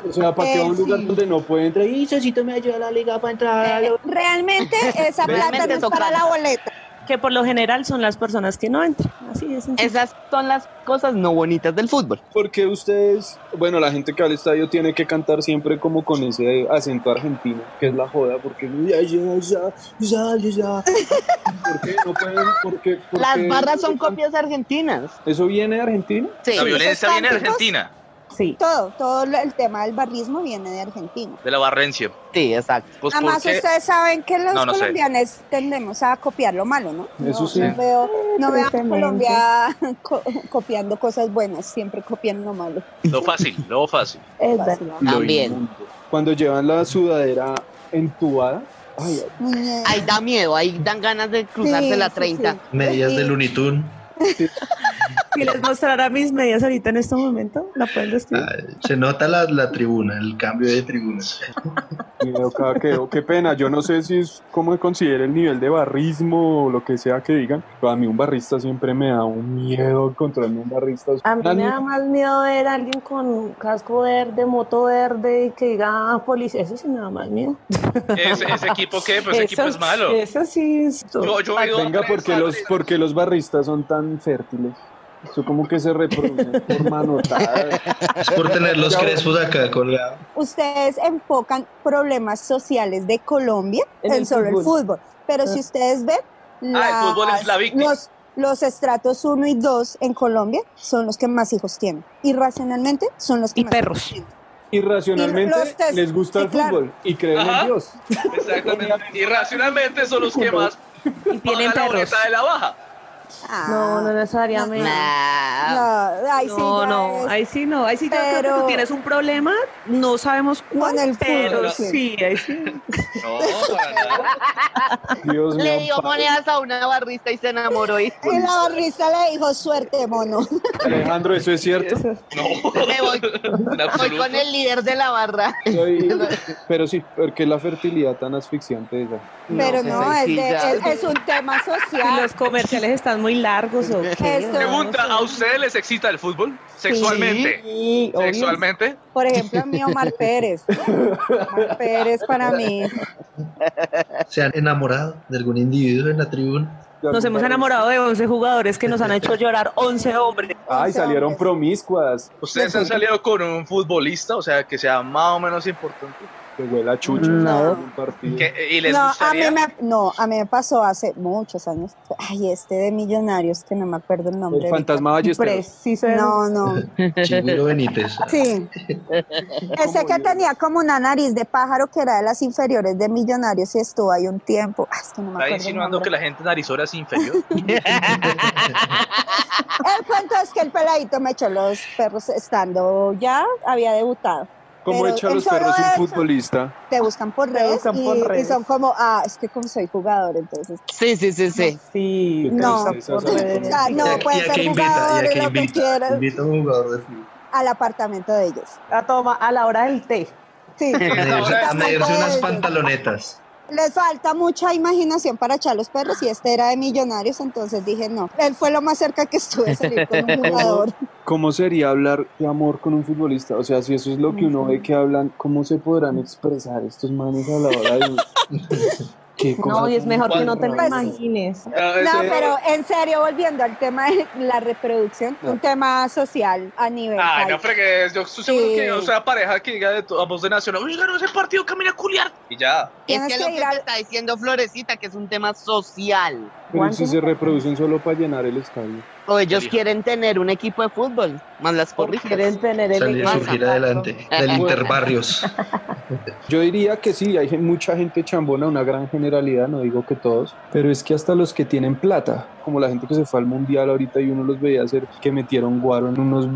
O sea, para que va a un Eh, lugar sí. donde no puede entrar. Y Necesito me ayuda la liga para entrar. Realmente Este, esa plata Realmente no es para tocando. la boleta. Que por lo general son las personas que no entran, así es. Esas son las cosas no bonitas del fútbol. porque ustedes, bueno, la gente que va al estadio tiene que cantar siempre como con ese acento argentino, que es la joda, porque ya, ya, ya, ya, ya, ya. ¿Por qué no pueden? ¿Por qué? ¿Por Las qué? barras son copias argentinas. ¿Eso viene de Argentina? Sí. La violencia viene de cánticos. Argentina, Sí. Todo, todo lo- el tema del barrismo viene de Argentina. de la barrencia. Sí, exacto. Pues, ¿por Además, qué? ustedes saben que los No, no sé. colombianos tendemos a copiar lo malo, ¿no? Eso no, sí. No veo, no veo a Tristemente. Colombia co- copiando cosas buenas, siempre copian lo malo. Lo fácil, lo fácil. Es verdad. Lo También. inmundo. Cuando llevan la sudadera entubada. Ay, Ñe. Ahí da miedo, ahí dan ganas de cruzarse Sí, la sí, 30. sí. Medias de Y- Lunitun. Si les mostrara mis medias ahorita en este momento, la pueden describir. Se nota la, la tribuna, el cambio de tribuna. Miedo, cavaqueo, oh, qué pena, yo no sé si es como se considera el nivel de barrismo o lo que sea que digan, pero a mí un barrista siempre me da un miedo encontrarme un barrista. A mí me da más miedo ver a alguien con casco verde, moto verde y que diga "Ah, policía. Eso sí me da más miedo. Ese, ese equipo qué, pues ese Eso- equipo es malo. Eso sí es. Yo, yo he ido a Venga, tres porque los, barrios. porque los barristas son tan fértiles. Eso como que se reproduce por manotadas. Es por tener los crespos acá colgados. Ustedes enfocan problemas sociales de Colombia en, En el solo el fútbol. fútbol. Pero si ustedes ven, Ah, el fútbol es la víctima. Los, los estratos 1 y 2 en Colombia son los que más hijos tienen. Irracionalmente son los que más perros. Irracionalmente Y los test- les gusta el sí, claro. fútbol y creen Ajá. en Dios. Exactamente. Irracionalmente Este son los que más pagan la boleta de la baja. No, no necesariamente. No, ahí sí Ah. no, ya no, es- ahí sí no, ahí sí yo creo que Pero- tú tienes un problema, no sabemos cuál, el pero fútbol, sí, sí. ahí sí. No, Dios Le mío. dio monedas a una barrista y se enamoró. Y Y la barrista le dijo suerte, mono. Alejandro, ¿eso es cierto? me voy, voy con el líder de la barra. Soy- Pero sí, porque la fertilidad tan asfixiante esa. Pero no, es, de- es- es un tema Y social. los comerciales están muy largos o qué. Esto- Pregunta, ¿a ustedes les excita el fútbol? ¿Sexualmente? Sí, obvio. ¿Sexualmente? Por ejemplo, a mí Omar Pérez. Omar Pérez para mí. Se han enamorado de algún individuo en la tribuna. Nos hemos enamorado de 11 jugadores que nos han hecho llorar 11 hombres. Ay, salieron promiscuas. ¿Ustedes han salido con un futbolista, o sea, que sea más o menos importante? Que huele a chucho. No. Un partido. Que- eh, ¿Y les no, a mí gustaría? me, no, a mí me pasó hace muchos años. Ay, este de Millonarios, que no me acuerdo el nombre. El fantasma Ballesteros. Preciso. No, no. Chigüiro Benítez. Sí. Ese que tenía como una nariz de pájaro que era de las inferiores de Millonarios y estuvo ahí un tiempo. Ah, es que no me ¿Está acuerdo. el insinuando que la gente narizora es inferior? El cuento es que el peladito me echó los perros estando ya, había debutado. ¿Cómo Pero echa a el los solo perros un hecho- futbolista? Te buscan por redes, buscan y, por y redes. son como, ah, es que como soy jugador, entonces. Sí, sí, sí, sí. Sí, No, Qué tristeza, por ¿sabes? redes. O sea, no, puede ser jugador, ¿Y a qué lo que invita? quieras, Invita a un jugador de fútbol. al apartamento de ellos. A, Ah, toma, a la hora del té. Sí. A medirse, a medirse unas Ellos. pantalonetas. Les falta mucha imaginación para echar los perros y este era de millonarios, entonces dije no. Él fue lo más cerca que estuve de salir con un jugador. ¿Cómo sería hablar de amor con un futbolista? O sea, si eso es lo que uno ve que hablan, ¿cómo se podrán expresar estos manes a la hora de... Qué cosa No, y es tan mejor que no te lo rara. imagines. Pues, No, pero en serio, volviendo al tema de la reproducción, un tema social a nivel. Ay, no país. fregues, yo estoy seguro Sí. que o sea pareja que diga de to- ambos de nacional, uy, ganó ese partido, camina a culiar. Y ya. Es Tienes que que lo que ir al- te está diciendo Florecita, que es un tema social. Pero si se reproducen solo para llenar el estadio. O ellos Dijo. quieren tener un equipo de fútbol, más las porristas. Quieren tener el Salir, equipo. surgir adelante. Del Interbarrios. Yo diría que sí, hay gen- mucha gente chambona, una gran generalidad, no digo que todos, pero es que hasta los que tienen plata, como la gente que se fue al mundial ahorita y uno los veía hacer, que metieron guaro en unos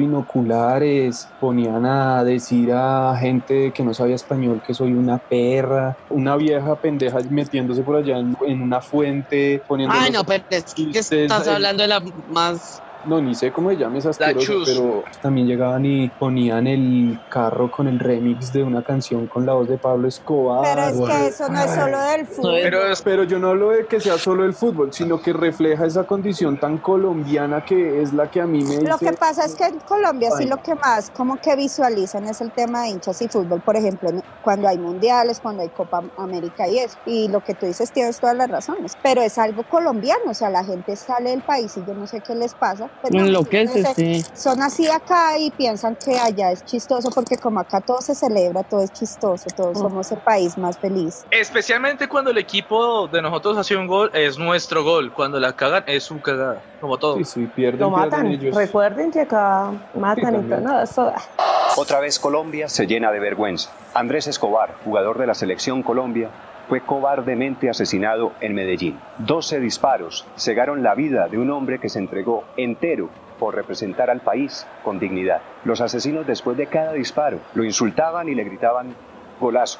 binoculares, ponían a decir a gente que no sabía español que soy una perra, una vieja pendeja metiéndose por allá en, en una fuente, poniendo... Ay, no, pero es que estás hablando de la más. No, ni sé cómo se llama esa La asquerosa, chus. pero también llegaban y ponían el carro con el remix de una canción con la voz de Pablo Escobar. Pero es que eso no es solo del fútbol. Pero, pero yo no hablo de que sea solo el fútbol, sino que refleja esa condición tan colombiana que es la que a mí me Lo que dice, pasa es que en Colombia sí Ay. lo que más como que visualizan es el tema de hinchas y fútbol, por ejemplo, ¿no? cuando hay mundiales, cuando hay Copa América y eso. Y lo que tú dices tienes todas las razones, pero es algo colombiano, o sea, la gente sale del país y yo no sé qué les pasa. pero no, Enloquece, no sé, sí. Son así acá y piensan que allá es chistoso porque como acá todo se celebra, todo es chistoso, Oh. todos somos el país más feliz. Especialmente cuando el equipo de nosotros hace un gol, es nuestro gol. Cuando la cagan, es su cagada. Como todo. sí, sí, pierden, Lo pierden matan. ellos. Recuerden que acá matan y todo. No, eso. ah, Otra vez Colombia se llena de vergüenza. Andrés Escobar, jugador de la selección Colombia, fue cobardemente asesinado en Medellín. 12 disparos cegaron la vida de un hombre que se entregó entero por representar al país con dignidad. Los asesinos después de cada disparo lo insultaban y le gritaban golazo.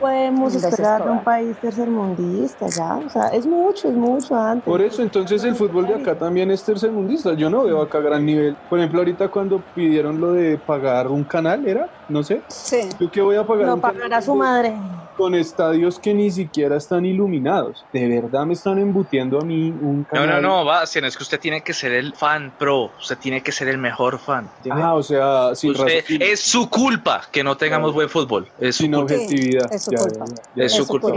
Podemos Gracias, esperar de un Escobar. país tercermundista ya. O sea, es mucho, es mucho antes. Por eso, entonces el fútbol de acá también es tercermundista. Yo no veo acá gran nivel. Por ejemplo, ahorita cuando pidieron lo de pagar un canal, ¿era? No sé. Sí. ¿Yo qué voy a pagar No un canal? pagará su madre. con estadios que ni siquiera están iluminados. De verdad me están embutiendo a mí un No, no, canal. no, va, sino es que usted tiene que ser el fan pro, usted tiene que ser el mejor fan. Ah, o sea, sin Usted- razón, es su culpa que no tengamos buen fútbol. Es su sin culpa. objetividad. Es su Ya, culpa. ya, ya. Es su culpa.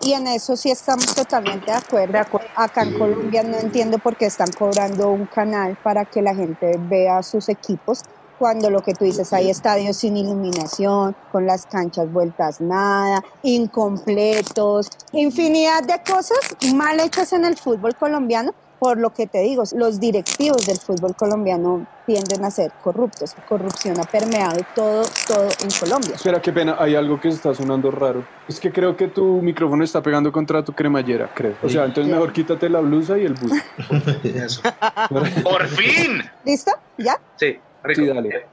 Y en eso sí estamos totalmente de acuerdo. Acá en Colombia no entiendo por qué están cobrando un canal para que la gente vea sus equipos cuando lo que tú dices, hay estadios sin iluminación, con las canchas vueltas nada, incompletos, infinidad de cosas mal hechas en el fútbol colombiano. Por lo que te digo, los directivos del fútbol colombiano tienden a ser corruptos. Corrupción ha permeado todo, todo en Colombia. Espera, qué pena, hay algo que está sonando raro. Es que creo que tu micrófono está pegando contra tu cremallera, creo. O sea, entonces mejor quítate la blusa y el bus. ¡Por fin! ¿Listo? ¿Ya? Sí, rico.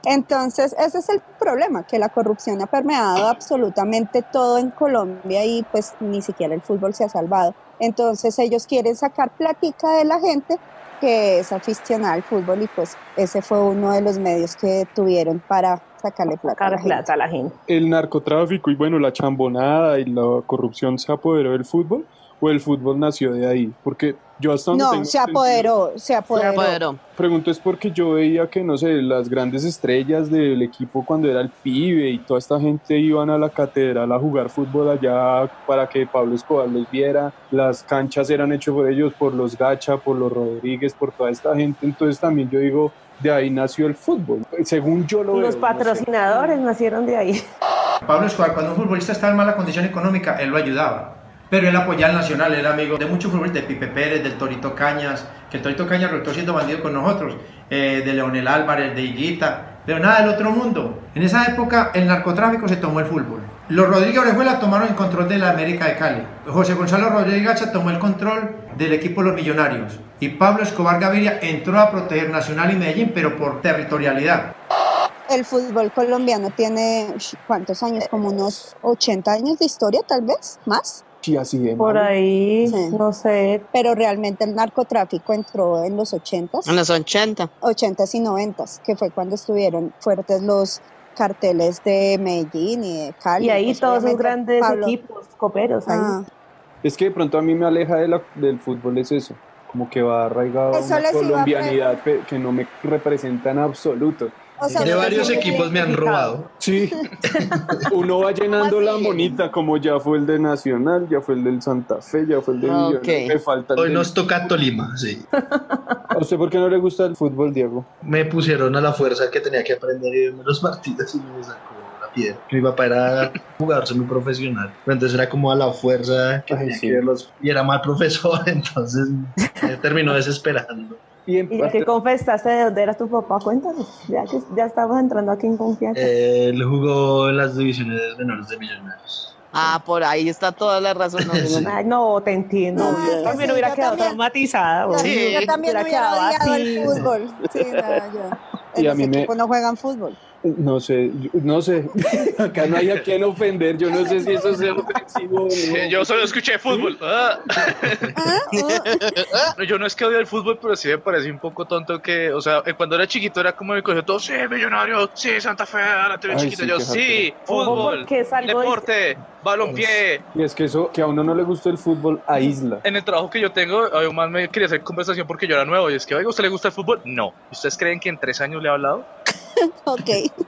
Entonces, ese es el problema, que la corrupción ha permeado absolutamente todo en Colombia y pues ni siquiera el fútbol se ha salvado. Entonces ellos quieren sacar platica de la gente que es aficionada al fútbol y pues ese fue uno de los medios que tuvieron para sacarle plata, a, la gente. El narcotráfico y bueno, la chambonada y la corrupción se apoderó del fútbol o el fútbol nació de ahí, porque yo hasta donde No, tengo se apoderó, se apoderó. Pregunto es porque yo veía que, no sé, las grandes estrellas del equipo cuando era el pibe y toda esta gente iban a la catedral a jugar fútbol allá para que Pablo Escobar los viera. Las canchas eran hechas por ellos, por los Gacha, por los Rodríguez, por toda esta gente. Entonces también yo digo, de ahí nació el fútbol. Según yo lo Los veo. no sé. patrocinadores nacieron de ahí. Pablo Escobar, cuando un futbolista estaba en mala condición económica, él lo ayudaba. Pero él apoyaba al Nacional, era amigo de muchos futbolistas, de Pipe Pérez, del Torito Cañas, que el Torito Cañas resultó siendo bandido con nosotros, eh, de Leonel Álvarez, de Higuita, pero nada del otro mundo. En esa época el narcotráfico se tomó el fútbol. Los Rodríguez Orejuela tomaron el control de la América de Cali. José Gonzalo Rodríguez Gacha tomó el control del equipo Los Millonarios. Y Pablo Escobar Gaviria entró a proteger Nacional y Medellín, pero por territorialidad. El fútbol colombiano tiene, ¿cuántos años? Como unos 80 años de historia, tal vez, más. Sí, así de Por mal. ahí, no sé. Pero realmente el narcotráfico entró en los 80s. En los 80. 80s y 90s, que fue cuando estuvieron fuertes los carteles de Medellín y de Cali. Y ahí Pues, todos esos obviamente, grandes Pablo- equipos coperos ahí. Ah. Es que de pronto a mí me aleja de la- del fútbol es eso, como que va arraigado a Eso una les iba a colombianidad pe- que no me representa en absoluto. O sea, De no varios les iba a equipos me han identificar. robado. Sí. Uno va llenando la monita, como ya fue el de Nacional, ya fue el del Santa Fe, ya fue el de Ah, Millonarios, ok. me falta el Hoy del- nos toca Tolima, sí. ¿A usted por qué no le gusta el fútbol, Diego? Me pusieron a la fuerza que tenía que aprender y verme los partidos y me sacó la piedra. Mi papá era jugador semiprofesional, pero entonces era como a la fuerza que tenía que verlos y era mal profesor, entonces me terminó desesperando. ¿Y qué confesaste de dónde era tu papá? Cuéntanos, ya que ya estamos entrando aquí en confianza. Eh, Él jugó en las divisiones menores de Millonarios. Ah, por ahí está toda la razón. No, Ay, no, te entiendo. yo también sí, hubiera yo quedado también. traumatizada. güey. Sí. Yo también Hubiera hubiera quedado odiado así. el fútbol. Sí, no, yo. Y a En mí ese me- equipo no juegan fútbol. No sé, yo- no sé. Acá no hay a quien ofender, yo no sé si eso sea ofensivo o no. Yo solo escuché fútbol. Ah. No, Yo no es que odio el fútbol, pero sí me parece un poco tonto que, o sea, eh, cuando era chiquito era como me cogió todo, sí, millonario, sí, Santa Fe, ahora tú eres Ay, chiquito, sí, yo qué sí, harto. Ojo, fútbol, porque es algo deporte, balompié. Y es que eso, que a uno no le gusta el fútbol, aísla. En el trabajo que yo tengo, además me quería hacer conversación porque yo era nuevo y es que, oiga, ¿usted le gusta el fútbol? No. ¿Y ¿Ustedes creen que en tres años le he hablado? Ok.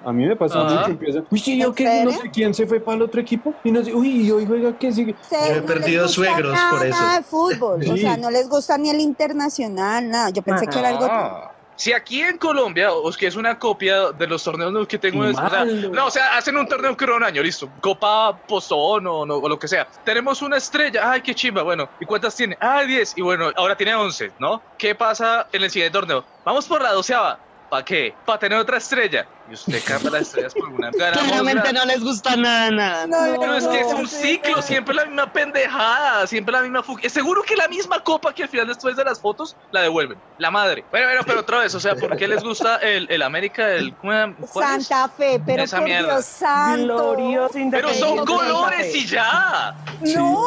A mí me pasa Ajá. mucho, empieza, uy, sí, yo ¿En que no serio? sé quién se fue para el otro equipo, y no sé, uy, y hoy juega que sigue. Ustedes no les gusta nada, Nada de fútbol. O Sí. sea, no les gusta ni el internacional, nada. Yo pensé que era algo. Ah. Si aquí en Colombia, os que es una copia de los torneos que tengo, es- o sea, Malo. no, o sea, hacen un torneo que dura un año, listo, Copa Pozón o, no- o lo que sea. Tenemos una estrella, ay, qué chimba, bueno, ¿y cuántas tiene? Ah, 10, y bueno, ahora tiene 11, ¿no? ¿Qué pasa en el siguiente torneo? Vamos por la doceava, ¿para qué? Para tener otra estrella. Y usted cambia las estrellas por una. Ganamos Claramente gra- no les gusta nada, nada. pero es que es un ciclo, siempre la misma pendejada, siempre la misma fu- Seguro que la misma copa que al final después de las fotos la devuelven. La madre. Bueno, bueno, pero otra vez, o sea, ¿por qué les gusta el, el América, el ¿cómo era? ¿Cuál es? Santa Fe, pero Esa por mierda. Dios santo. Glorioso Pero son colores y ya. No,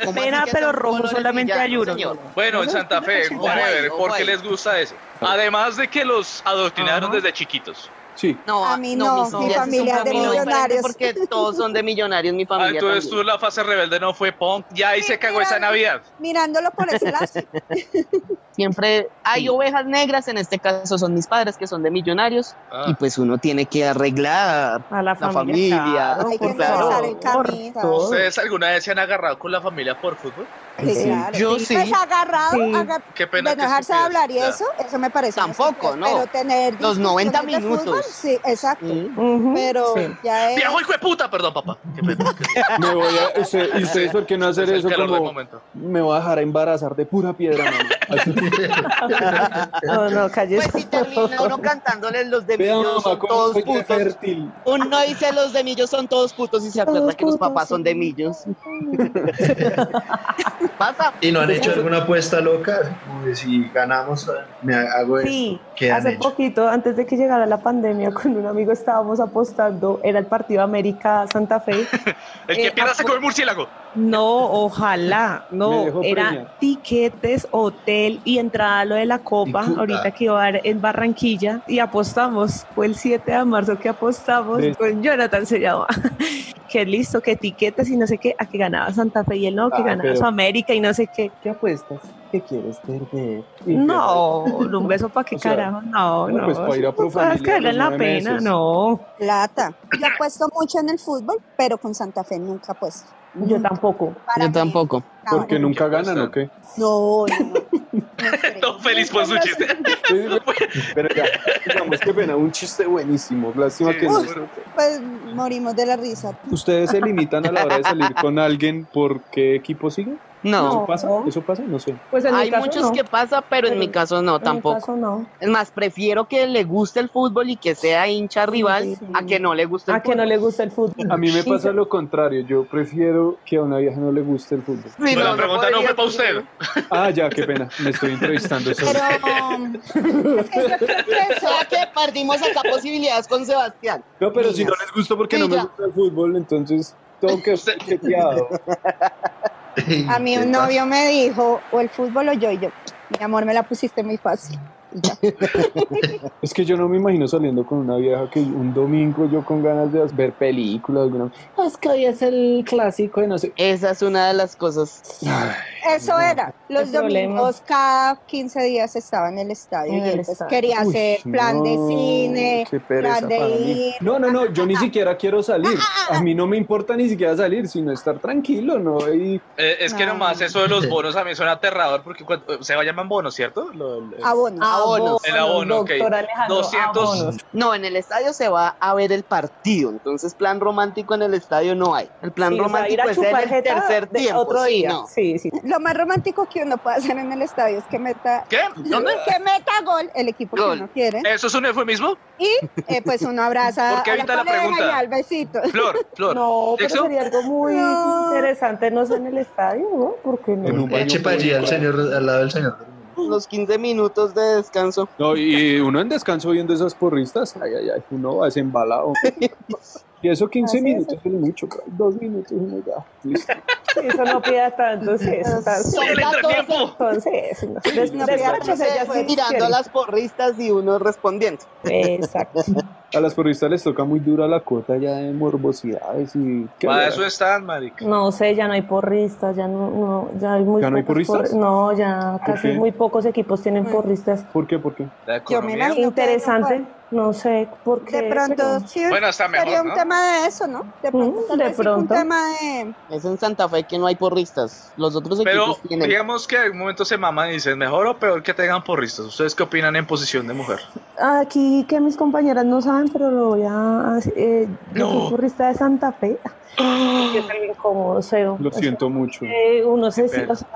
Qué pena, pero rojo solamente hay uno. Bueno, en Santa Fe, whatever, ¿por qué les gusta eso? Además de que los adoctrinaron desde chiquitos. Sí. No, A mí no, mi ese es un familia es de camino diferente millonarios. Porque todos son de millonarios, mi Ah, familia. entonces también. tú la fase rebelde no fue punk y ahí se cagó esa Navidad. Mirándolo por ese lado. Siempre hay ovejas negras, en este caso son mis padres que son de millonarios. Ah. Y pues uno tiene que arreglar a la La familia. claro, familia. por claro. el camino. Todo. ¿Ustedes alguna vez se han agarrado con la familia por fútbol? Sí, claro. Pues agarrado, aga- Qué pena de que dejarse estupidez, hablar y ya. eso, eso me parece. Tampoco, ¿no? Pero tener Los discusiones 90 de fútbol, minutos. sí, exacto. Pero Sí. ya es. ¡Viejo hijo de puta! Perdón, papá. Qué pena. Me voy a, usted- ¿Y ustedes por qué no hacer Es el eso calor del como momento. me voy a dejar embarazar de pura piedra, mamá? No, no, calles. Pues si termina uno cantándoles los de Vea, millos mamá, son cómo todos soy de putos. fértil. Uno dice los de millos son todos putos y se acuerda Todos que los putos, papás son de millos. Pasa. ¿Y no han hecho alguna apuesta loca? Como de si ganamos, eh, me hago pues, esto. Sí, ¿Qué han hace hecho? poquito, antes de que llegara la pandemia, con un amigo estábamos apostando, era el partido América-Santa Fe. El Eh, que ah, pierda se come pues, murciélago. No, ojalá, Me no, dejó era preña. tiquetes, hotel y entrada a lo de la copa, puta. ahorita que iba a dar en Barranquilla y apostamos, fue el 7 de marzo que apostamos Sí. con Jonathan se llama, que listo, que tiquetes y no sé qué, a que ganaba Santa Fe y él no, que Ah, ganaba pero- su América y no sé qué. ¿Qué apuestas? ¿Qué quieres perder? Y No, un beso para qué O sea, carajo, no, bueno, no, pues, para ir a no pro puedas familia caer a en los la nueve pena, meses. no. Plata. Yo apuesto mucho en el fútbol, pero con Santa Fe nunca apuesto. Yo tampoco. Yo tampoco. Porque nunca ganan, ¿o qué? No, Todo feliz por su chiste. Pero ya, digamos, qué pena, un chiste buenísimo. Lástima que no. pues morimos de la risa. ¿Ustedes se limitan a la hora de salir con alguien por qué equipo sigue? No. ¿Eso pasa? ¿Eso pasa? No sé. Pues en mi Hay caso muchos no. que pasa, pero en mi caso no, mi tampoco. caso no. Es más, prefiero que le guste el fútbol y que sea hincha rival a que no le guste el A que no le gusta el fútbol. A mí me Sí, pasa lo contrario. Yo prefiero que a una vieja no le guste el fútbol. Sí, Pero no, la no pregunta no podría fue para usted. Ah, ya, qué pena. Me estoy entrevistando. solo. Pero um, es que yo creo que O eso sea que perdimos acá posibilidades con Sebastián. No, pero si no les gusta porque no me Niñas. gusta el fútbol, entonces tengo que ser chequeado. a mí un novio me dijo, o el fútbol o yo, y yo, mi amor, me la pusiste muy fácil. Y ya. Es que yo no me imagino saliendo con una vieja que un domingo yo con ganas de ver películas. Alguna... Es Pues que hoy es el clásico de no sé. Esa es una de las cosas. Eso era. Los Qué problema. domingos cada 15 días estaba en el estadio En y el él pues, estadio. quería Uy, hacer plan de no, cine, qué pereza plan de para mí. ir. Ah, No, no, no, yo ni siquiera quiero salir. A mí no me importa ni siquiera salir, sino estar tranquilo, ¿no? Y Eh, es que No. nomás eso de los bonos a mí suena aterrador porque cuando- se llaman bonos, ¿cierto? Lo- el- el- Abonos. Abonos. el abono, ok. Ah, doctor Alejandro, 200. abonos. No, en el estadio se va a ver el partido. Entonces, plan romántico en el estadio no hay. El plan Sí, o sea, ir romántico a es en chupar el jeta tercer de tiempo. otro sí, día. no. Sí, sí. Lo más romántico que uno puede hacer en el estadio es que meta, ¿Qué? ¿Dónde? que meta gol el equipo Gol. que uno ¿Eh? quiere. ¿Eso es un eufemismo? Y eh, pues uno abraza ¿Por qué a evita la la pareja pregunta? y al besito. Flor, Flor. No, pero ¿Sexo? sería algo muy No. interesante, no sé, en el estadio, ¿no? ¿Por qué En no? un baño Eche para allí al público. señor, al lado del señor. Los 15 minutos de descanso. No, y uno en descanso viendo esas porristas, ay, ay, ay, uno va desembalado. Y eso 15 Así es. minutos es mucho, claro, dos minutos, uno ya, listo. Sí, Eso no pida tanto, sí, eso está- Son ¡El 14 entretiempo! Entonces, no. Des- No, despachos, ellas pues, sí tirando a quieren. las porristas y uno respondiendo. Exacto. A las porristas les toca muy dura la cuota ya de morbosidades y... ¿qué Para habrá? eso están, marica. No sé, ya no hay porristas, ya no, no ya hay muy ¿Ya no hay pocos porristas? no, ya ¿Por casi qué? muy pocos equipos tienen porristas. ¿Por qué? ¿Por qué? La Yo me economía. imagino que Interesante, no fue. no sé por qué. De pronto pero- sí Bueno, está sería mejor, un ¿no? tema de eso, ¿no? De pronto, Mm, tal de vez sí fue pronto. un tema de Es en Santa Fe que no hay porristas. Los otros Pero equipos tienen. digamos que en algún momento se maman y dicen, mejor o peor que tengan porristas. ¿Ustedes qué opinan en posición de mujer? Mm, Aquí que mis compañeras no saben, pero lo voy a. Eh, yo soy porrista de Santa Fe. Ah. Yo también como SEO. Lo siento mucho. Eh, uno se pena. o sea,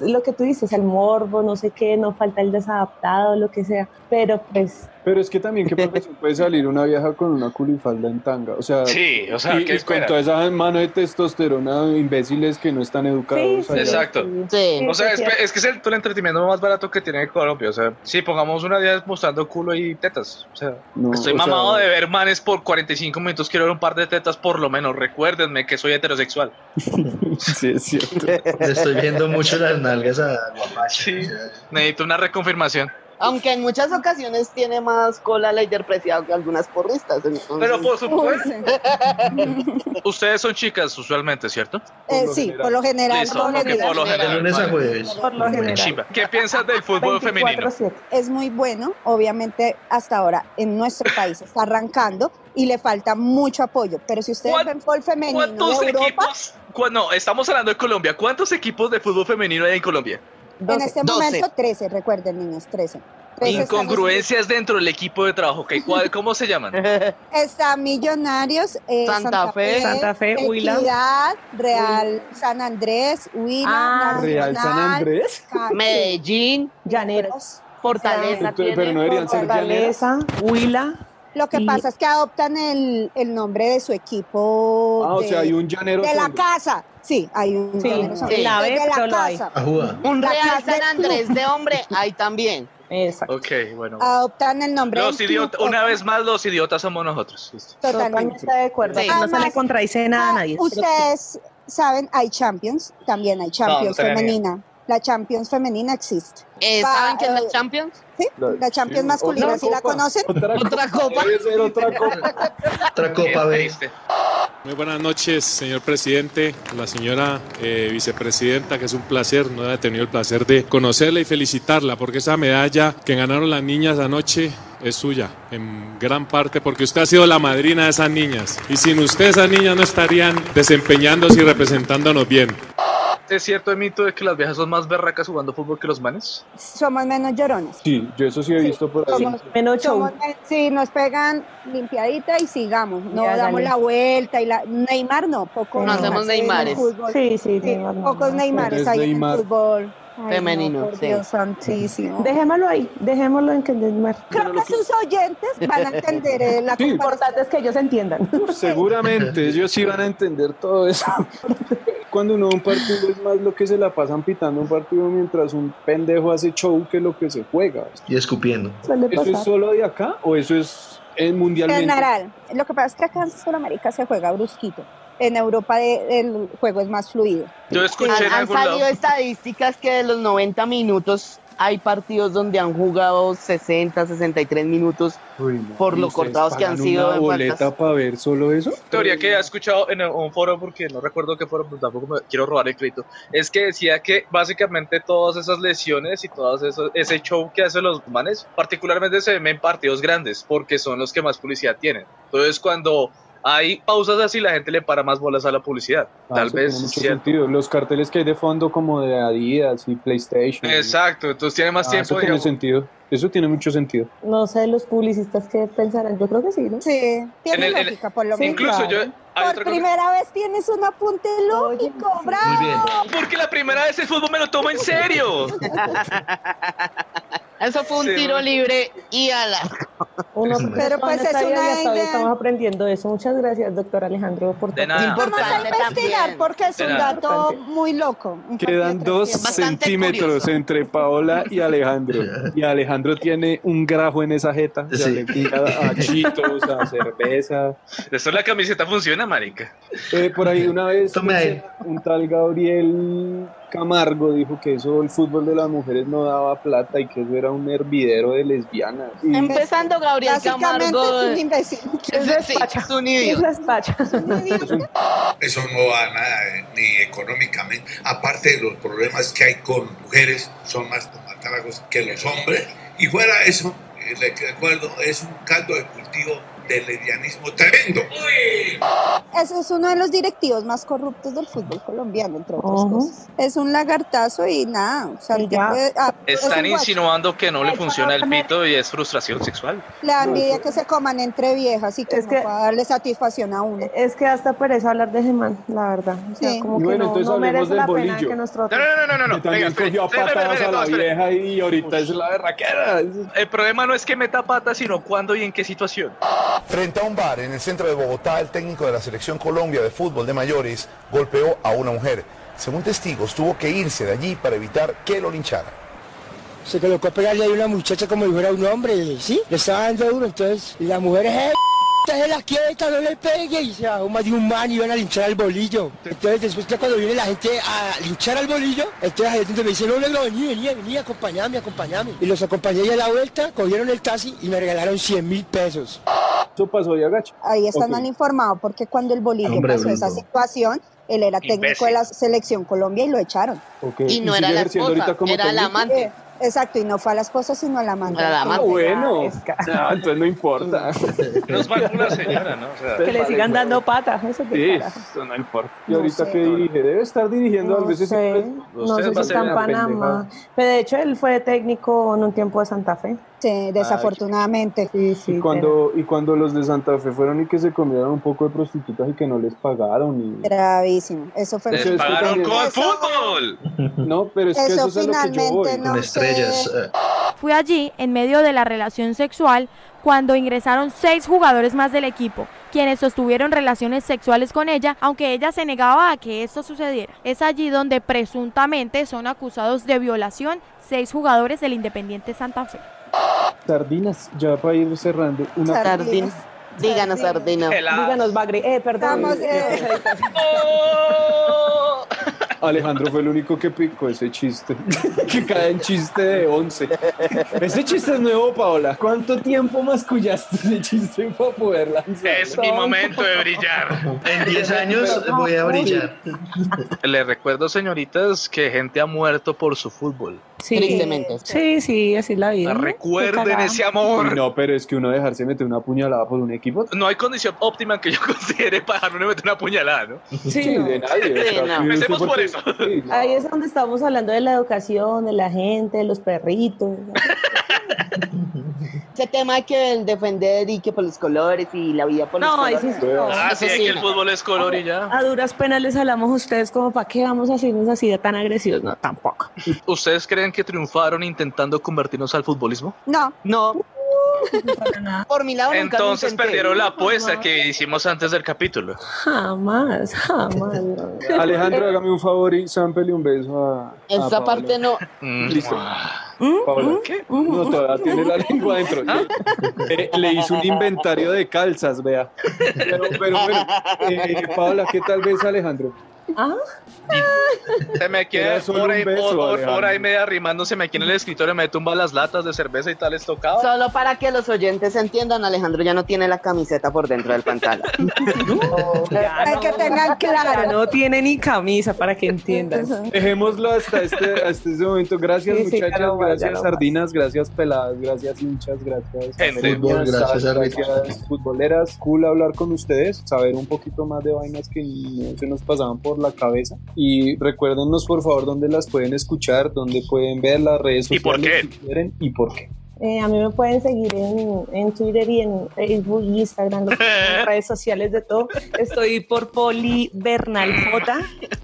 lo que tú dices, el morbo, no sé qué, no falta el desadaptado, lo que sea, pero pues Pero es que también, ¿qué profesión puede salir una vieja con una culifalda en tanga? O sea, Sí, o sea, y, ¿qué y con esperan? toda esa mano de testosterona, imbéciles que no están educados. sí, allá. Exacto. Sí. O sea, es, Sí, sí. es que es el, el entretenimiento más barato que tiene Colombia. O sea, si pongamos una vida mostrando culo y tetas. O sea, No, estoy o sea, mamado de ver manes por 45 minutos. Quiero ver un par de tetas por lo menos. Recuérdenme que soy heterosexual. Sí, es cierto. Le estoy viendo mucho las nalgas a Guapacha. Sí. Necesito una reconfirmación. Aunque en muchas ocasiones tiene más cola Leider Preciado que algunas porristas. entonces- Pero por supuesto. Ustedes son chicas usualmente, ¿cierto? Eh, sí, por lo general. Listo, ok, por lo general. vale. Por lo general. Chimba. ¿Qué piensas del fútbol femenino? Es muy bueno, obviamente hasta ahora en nuestro país está arrancando y le falta mucho apoyo, pero si ustedes ven fútbol femenino de ¿Cuántos Europa, equipos? cu- No, estamos hablando de Colombia. ¿Cuántos equipos de fútbol femenino hay en Colombia? en este momento 13, recuerden niños, 13. 13 están- Incongruencias dentro del equipo de trabajo. ¿ok? ¿Cuál- ¿Cómo se llaman? Está Millonarios, eh, Santa Santa, Fe. Fe, Santa Fe, Huila. Equidad, Real San Andrés, Huila, Ah. ¿Real San Nacional, Andrés? Ca- Medellín, Llaneros, Fortaleza, Entonces, pero no deberían ser llaneras. Huila. Lo que pasa es que adoptan el, el nombre de su equipo. Ah, o de- sea, hay un llanero De la solo. casa. Sí, hay un Sí, llanero solo. en la De- B de solo hay. Ajuda. Un La Real clase San del Andrés club. de hombre hay también. Exacto. Ok, bueno. Adoptan el nombre Los del idiota- club. una vez más, los idiotas somos nosotros. Listo. Totalmente de acuerdo. Sí. no se le contradice nada a nadie. Ustedes saben, hay Champions, también hay Champions No, no tenía ni femenina. La Champions femenina existe. Eh, Va- ¿Saben qué es eh, la Champions? Sí, la Champions masculina, Otra ¿sí la copa. conocen? Otra copa. Otra copa, B. Muy buenas noches, señor presidente, la señora eh, vicepresidenta, que es un placer, no he tenido el placer de conocerla y felicitarla, porque esa medalla que ganaron las niñas anoche es suya, Em, en gran parte, porque usted ha sido la madrina de esas niñas, y sin usted esas niñas no estarían desempeñándose y representándonos bien. ¿Es cierto el mito de que las viejas son más berracas jugando fútbol que los manes? Somos menos llorones. Sí, yo eso sí he visto por ahí. Somos, somos men- sí, nos pegan limpiadita y sigamos. No Ya, ya, damos ya. la vuelta y la Neymar no, poco No hacemos se ve en el Neymares. fútbol. Sí, sí, Neymar no, pocos Neymares Es hay Neymar. en el fútbol. Ay, no, Femenino, por sí. Dios santísimo. Dejémoslo ahí, dejémoslo en que Neymar. Creo que sus oyentes van a entender eh, la Lo importante es que ellos entiendan. Seguramente, ellos sí van a entender todo eso. Cuando uno va a un partido es más lo que se la pasan pitando un partido mientras un pendejo hace show que lo que se juega. Y escupiendo. Suele ¿Eso es pasar. solo de acá o eso es en mundialmente? General, lo que pasa es que acá en Sudamérica se juega brusquito. En Europa de- el juego es más fluido. Yo escuché Han, en han algún salido lado. estadísticas que de los 90 minutos hay partidos donde han jugado 60, 63 minutos por lo ¿Ustedes cortados que han pagan sido una en boleta faltas. para ver solo eso? teoría que he escuchado en un foro, porque no recuerdo qué foro, pero tampoco me quiero robar el crédito, es que decía que básicamente todas esas lesiones y todo eso, ese show que hacen los manes, particularmente se ven en partidos grandes, porque son los que más publicidad tienen. Entonces, cuando hay pausas así, la gente le para más bolas a la publicidad. Ah, Tal eso vez tiene mucho sea- sentido. Los carteles que hay de fondo como de Adidas y PlayStation. Exacto, entonces tiene más Ah, tiempo. eso tiene digamos. sentido. Eso tiene mucho sentido. No sé, los publicistas que pensarán, yo creo que sí, ¿no? Sí, tiene En el- en- lógica, por lo menos. Incluso yo... hay Por otra cosa- primera vez tienes un apunte lógico, bravo. Porque la primera vez el fútbol me lo tomo en serio. Eso fue un Sí, tiro bueno. libre y al arco. Uno Pero pero pues pues es es una idea. Estamos aprendiendo eso. Muchas gracias, doctor Alejandro, por De todo. nada. Vamos a investigar Pues porque es De un nada. dato muy loco. un Quedan partido dos precioso. centímetros entre Paola y Alejandro. Y Alejandro tiene un grajo en esa jeta. Ya le pica a chitos, a cerveza. Eso la camiseta funciona, marica. Eh, por ahí una vez Tome ahí. un tal Gabriel Camargo dijo que eso, el fútbol de las mujeres no daba plata y que eso era un hervidero de lesbianas. Y- Empezando Gabriel Básicamente Camargo. es un imbécil. Es despacha. es un idiota. Eso no va a nada, eh, ni económicamente. Aparte de los problemas que hay con mujeres, son más tomatáragos que los hombres. Y fuera de eso, eh, le recuerdo, es un caldo de cultivo del lesbianismo tremendo. Ese es uno de los directivos más corruptos del fútbol colombiano, entre otras cosas. Es un lagartazo y nada. O sea, el tipo de- ah, es Están un guacho. insinuando que no le funciona el pito y es frustración sexual. La envidia que se coman entre viejas y que no pueda darle satisfacción a uno. Es que hasta pereza hablar de Gemán, la verdad. O sea, como Y que bueno, no, entonces no hablemos merece del la bolillo. pena que nuestro... No, no, no, no. Y también Venga, cogió a espere, espere, patadas espere, a la espere. vieja y ahorita es la berraquera. El problema no es que meta pata, sino cuándo y en qué situación. Frente a un bar en el centro de Bogotá, el técnico de la selección Colombia de fútbol de mayores golpeó a una mujer. Según testigos, tuvo que irse de allí para evitar que lo lincharan. Se colocó a pegarle a una muchacha como si fuera un hombre, ¿sí? Le estaba dando duro, entonces la mujer es déjela quieta, no le pegue. Y se bajó más de un man y iban a linchar al bolillo. Entonces después ya cuando viene la gente a linchar al bolillo, entonces la gente me dice, no, negro, vení, vení, vení, acompañame, acompañame. Y los acompañé y a la vuelta, cogieron el taxi y me regalaron 100 mil pesos. Eso pasó y agacho. Ahí está mal informado porque cuando el Bolillo Hombre, pasó esa Bruno. situación, él era técnico de la selección Colombia y lo echaron. Ok, Y no era sigue la ejerciendo ahorita esposa, como era la técnico? amante. Eh, Exacto, y no fue a la esposa, sino a la amante. Era la Ah, bueno. No, entonces no importa. Nos va con la señora, ¿no? O sea, Que le sigan dando patas, eso que Sí, eso no importa. ¿Y No ahorita sé. que dirige? Debe estar dirigiendo No a veces. sé, no no sé, sé si va a ser está en una Panamá. pendejada. Pero de hecho, él fue técnico en un tiempo de Santa Fe. Sí, desafortunadamente. Sí, sí. Ah, Y cuando, y cuando los de Santa Fe fueron y que se comieron un poco de prostitutas y que no les pagaron. Y... Gravísimo. Eso fue Les pagaron con Eso- fútbol! No, pero es que Eso eso es a lo que yo finalmente voy. no Con sé. estrellas, Fue allí, en medio de la relación sexual, cuando ingresaron seis jugadores más del equipo, quienes sostuvieron relaciones sexuales con ella, aunque ella se negaba a que esto sucediera. Es allí donde presuntamente son acusados de violación seis jugadores del Independiente Santa Fe. Sardinas, ya para ir cerrando. Una Sardinas. Díganos, Sardina. Díganos, Bagre. Eh, perdón. Estamos, eh. Alejandro fue el único que picó ese chiste. que cae en chiste de 11. Ese chiste es nuevo, Paola. ¿Cuánto tiempo mascullaste ese chiste para poder lanzar? Es mi momento de brillar. En 10 años voy a brillar. Le recuerdo, señoritas, que gente ha muerto por su fútbol. Sí, sí, sí, así es la vida. Qué Recuerden cagada. ese amor. No, pero es que uno dejarse meter una puñalada por un equipo. No hay condición óptima que yo considere para dejarme meter una puñalada, ¿no? Sí, pues de nadie. o sea, que usted Empecemos por porque- eso. Ahí es donde estamos hablando de la educación, de la gente, de los perritos. Ese tema hay que defender y que por los colores y la vida por los No, ahí colores. sí, no. Ah, sí, Eso es sí, que el no. fútbol es color y ya. A duras penas les hablamos a ustedes como para qué vamos a hacernos así de tan agresivos. No, tampoco. ¿Ustedes creen que triunfaron intentando convertirnos al futbolismo? No. No. Por mi lado, nunca lo Entonces intenté. perdieron la apuesta que hicimos antes del capítulo. Ah, Jamás, jamás. no. Alejandro, hágame un favor y sámpele un beso a. a Esa Paola. parte no. Listo. Paola, ¿qué? No, todavía tiene la lengua adentro. Eh, le hizo un inventario de calzas, vea. Pero, pero bueno, eh, Paola, ¿qué tal ves, Alejandro? Ah, Se me Era queda solo hora, un y- beso, hora- Alejandro. hora y media arrimándose aquí en el escritorio, me tumba las latas de cerveza y tales tocaba. Solo para que los oyentes entiendan, Alejandro ya no tiene la camiseta por dentro del pantalón. Hay que tengan Ya claro. no tiene ni camisa para que entiendan. Dejémoslo hasta este, hasta este momento. Gracias, Sí, sí, ya muchachas. no más, ya gracias, no más. sardinas. Gracias, peladas. Gracias, hinchas. Gracias, Gente. fútbol, Gracias, gracias, árbitros. gracias, futboleras. Cool hablar con ustedes, saber un poquito más de vainas que no se nos pasaban por la cabeza. Y recuérdenos, por favor, dónde las pueden escuchar, dónde pueden ver las redes ¿Y sociales por qué? si quieren y por qué. Eh, a mí me pueden seguir en, en Twitter y en Facebook y Instagram, lo que sea, en redes sociales de todo. Estoy por Poli Bernal J.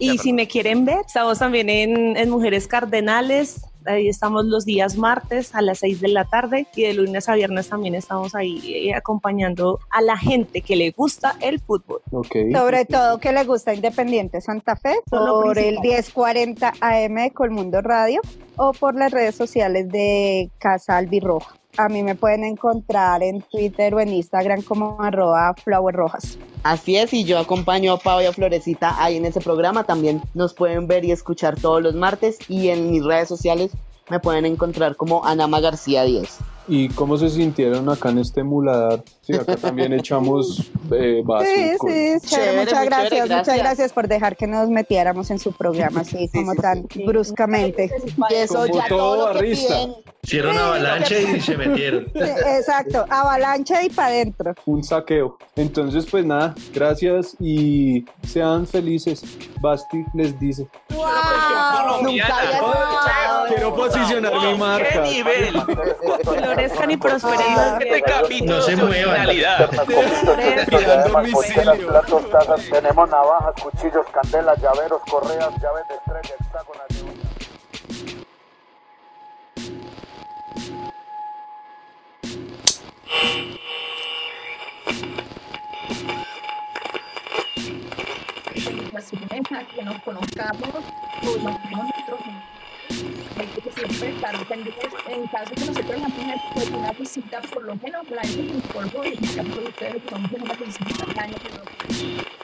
Y si me quieren ver, estamos también en, en Mujeres Cardenales. Ahí estamos los días martes a las 6 de la tarde y de lunes a viernes también estamos ahí eh, acompañando a la gente que le gusta el fútbol. Ok. Sobre todo que le gusta Independiente Santa Fe Son lo por el principal. 1040 AM de Colmundo Radio o por las redes sociales de Casa Albirroja. A mí me pueden encontrar en Twitter o en Instagram como arroba flowerrojas. Así es, y yo acompaño a Pau y a Florecita ahí en ese programa. También nos pueden ver y escuchar todos los martes. Y en mis redes sociales me pueden encontrar como Anama García 10. ¿Y cómo se sintieron acá en este muladar? Sí, acá también echamos eh, vaso. Sí, con- sí, chévere, Chévere, muchas muy gracias, chévere, muchas gracias. gracias por dejar que nos metiéramos en su programa así como tan bruscamente. Y eso Como ya todo todo lo que barrista. piden. Hicieron avalancha y se metieron. Sí, Exacto, avalancha y para adentro. un saqueo. Entonces, pues nada, gracias y sean felices. Basti les dice. Nunca había escuchado. Quiero posicionar mi marca. ¡Qué nivel! Florezcan y prosperen. las Este guerras. capítulo No se de muevan. originalidad. Pidan domicilio. Tenemos navajas, cuchillos, candelas, llaveros, correas, llaves de estrella, hexágonas. que nos conozcamos, nos mantenemos nuestros gente que siempre tardan en caso que nosotros la mujer pues una visita por lo menos la gente por gobierno, por ustedes, son una visita al año, pero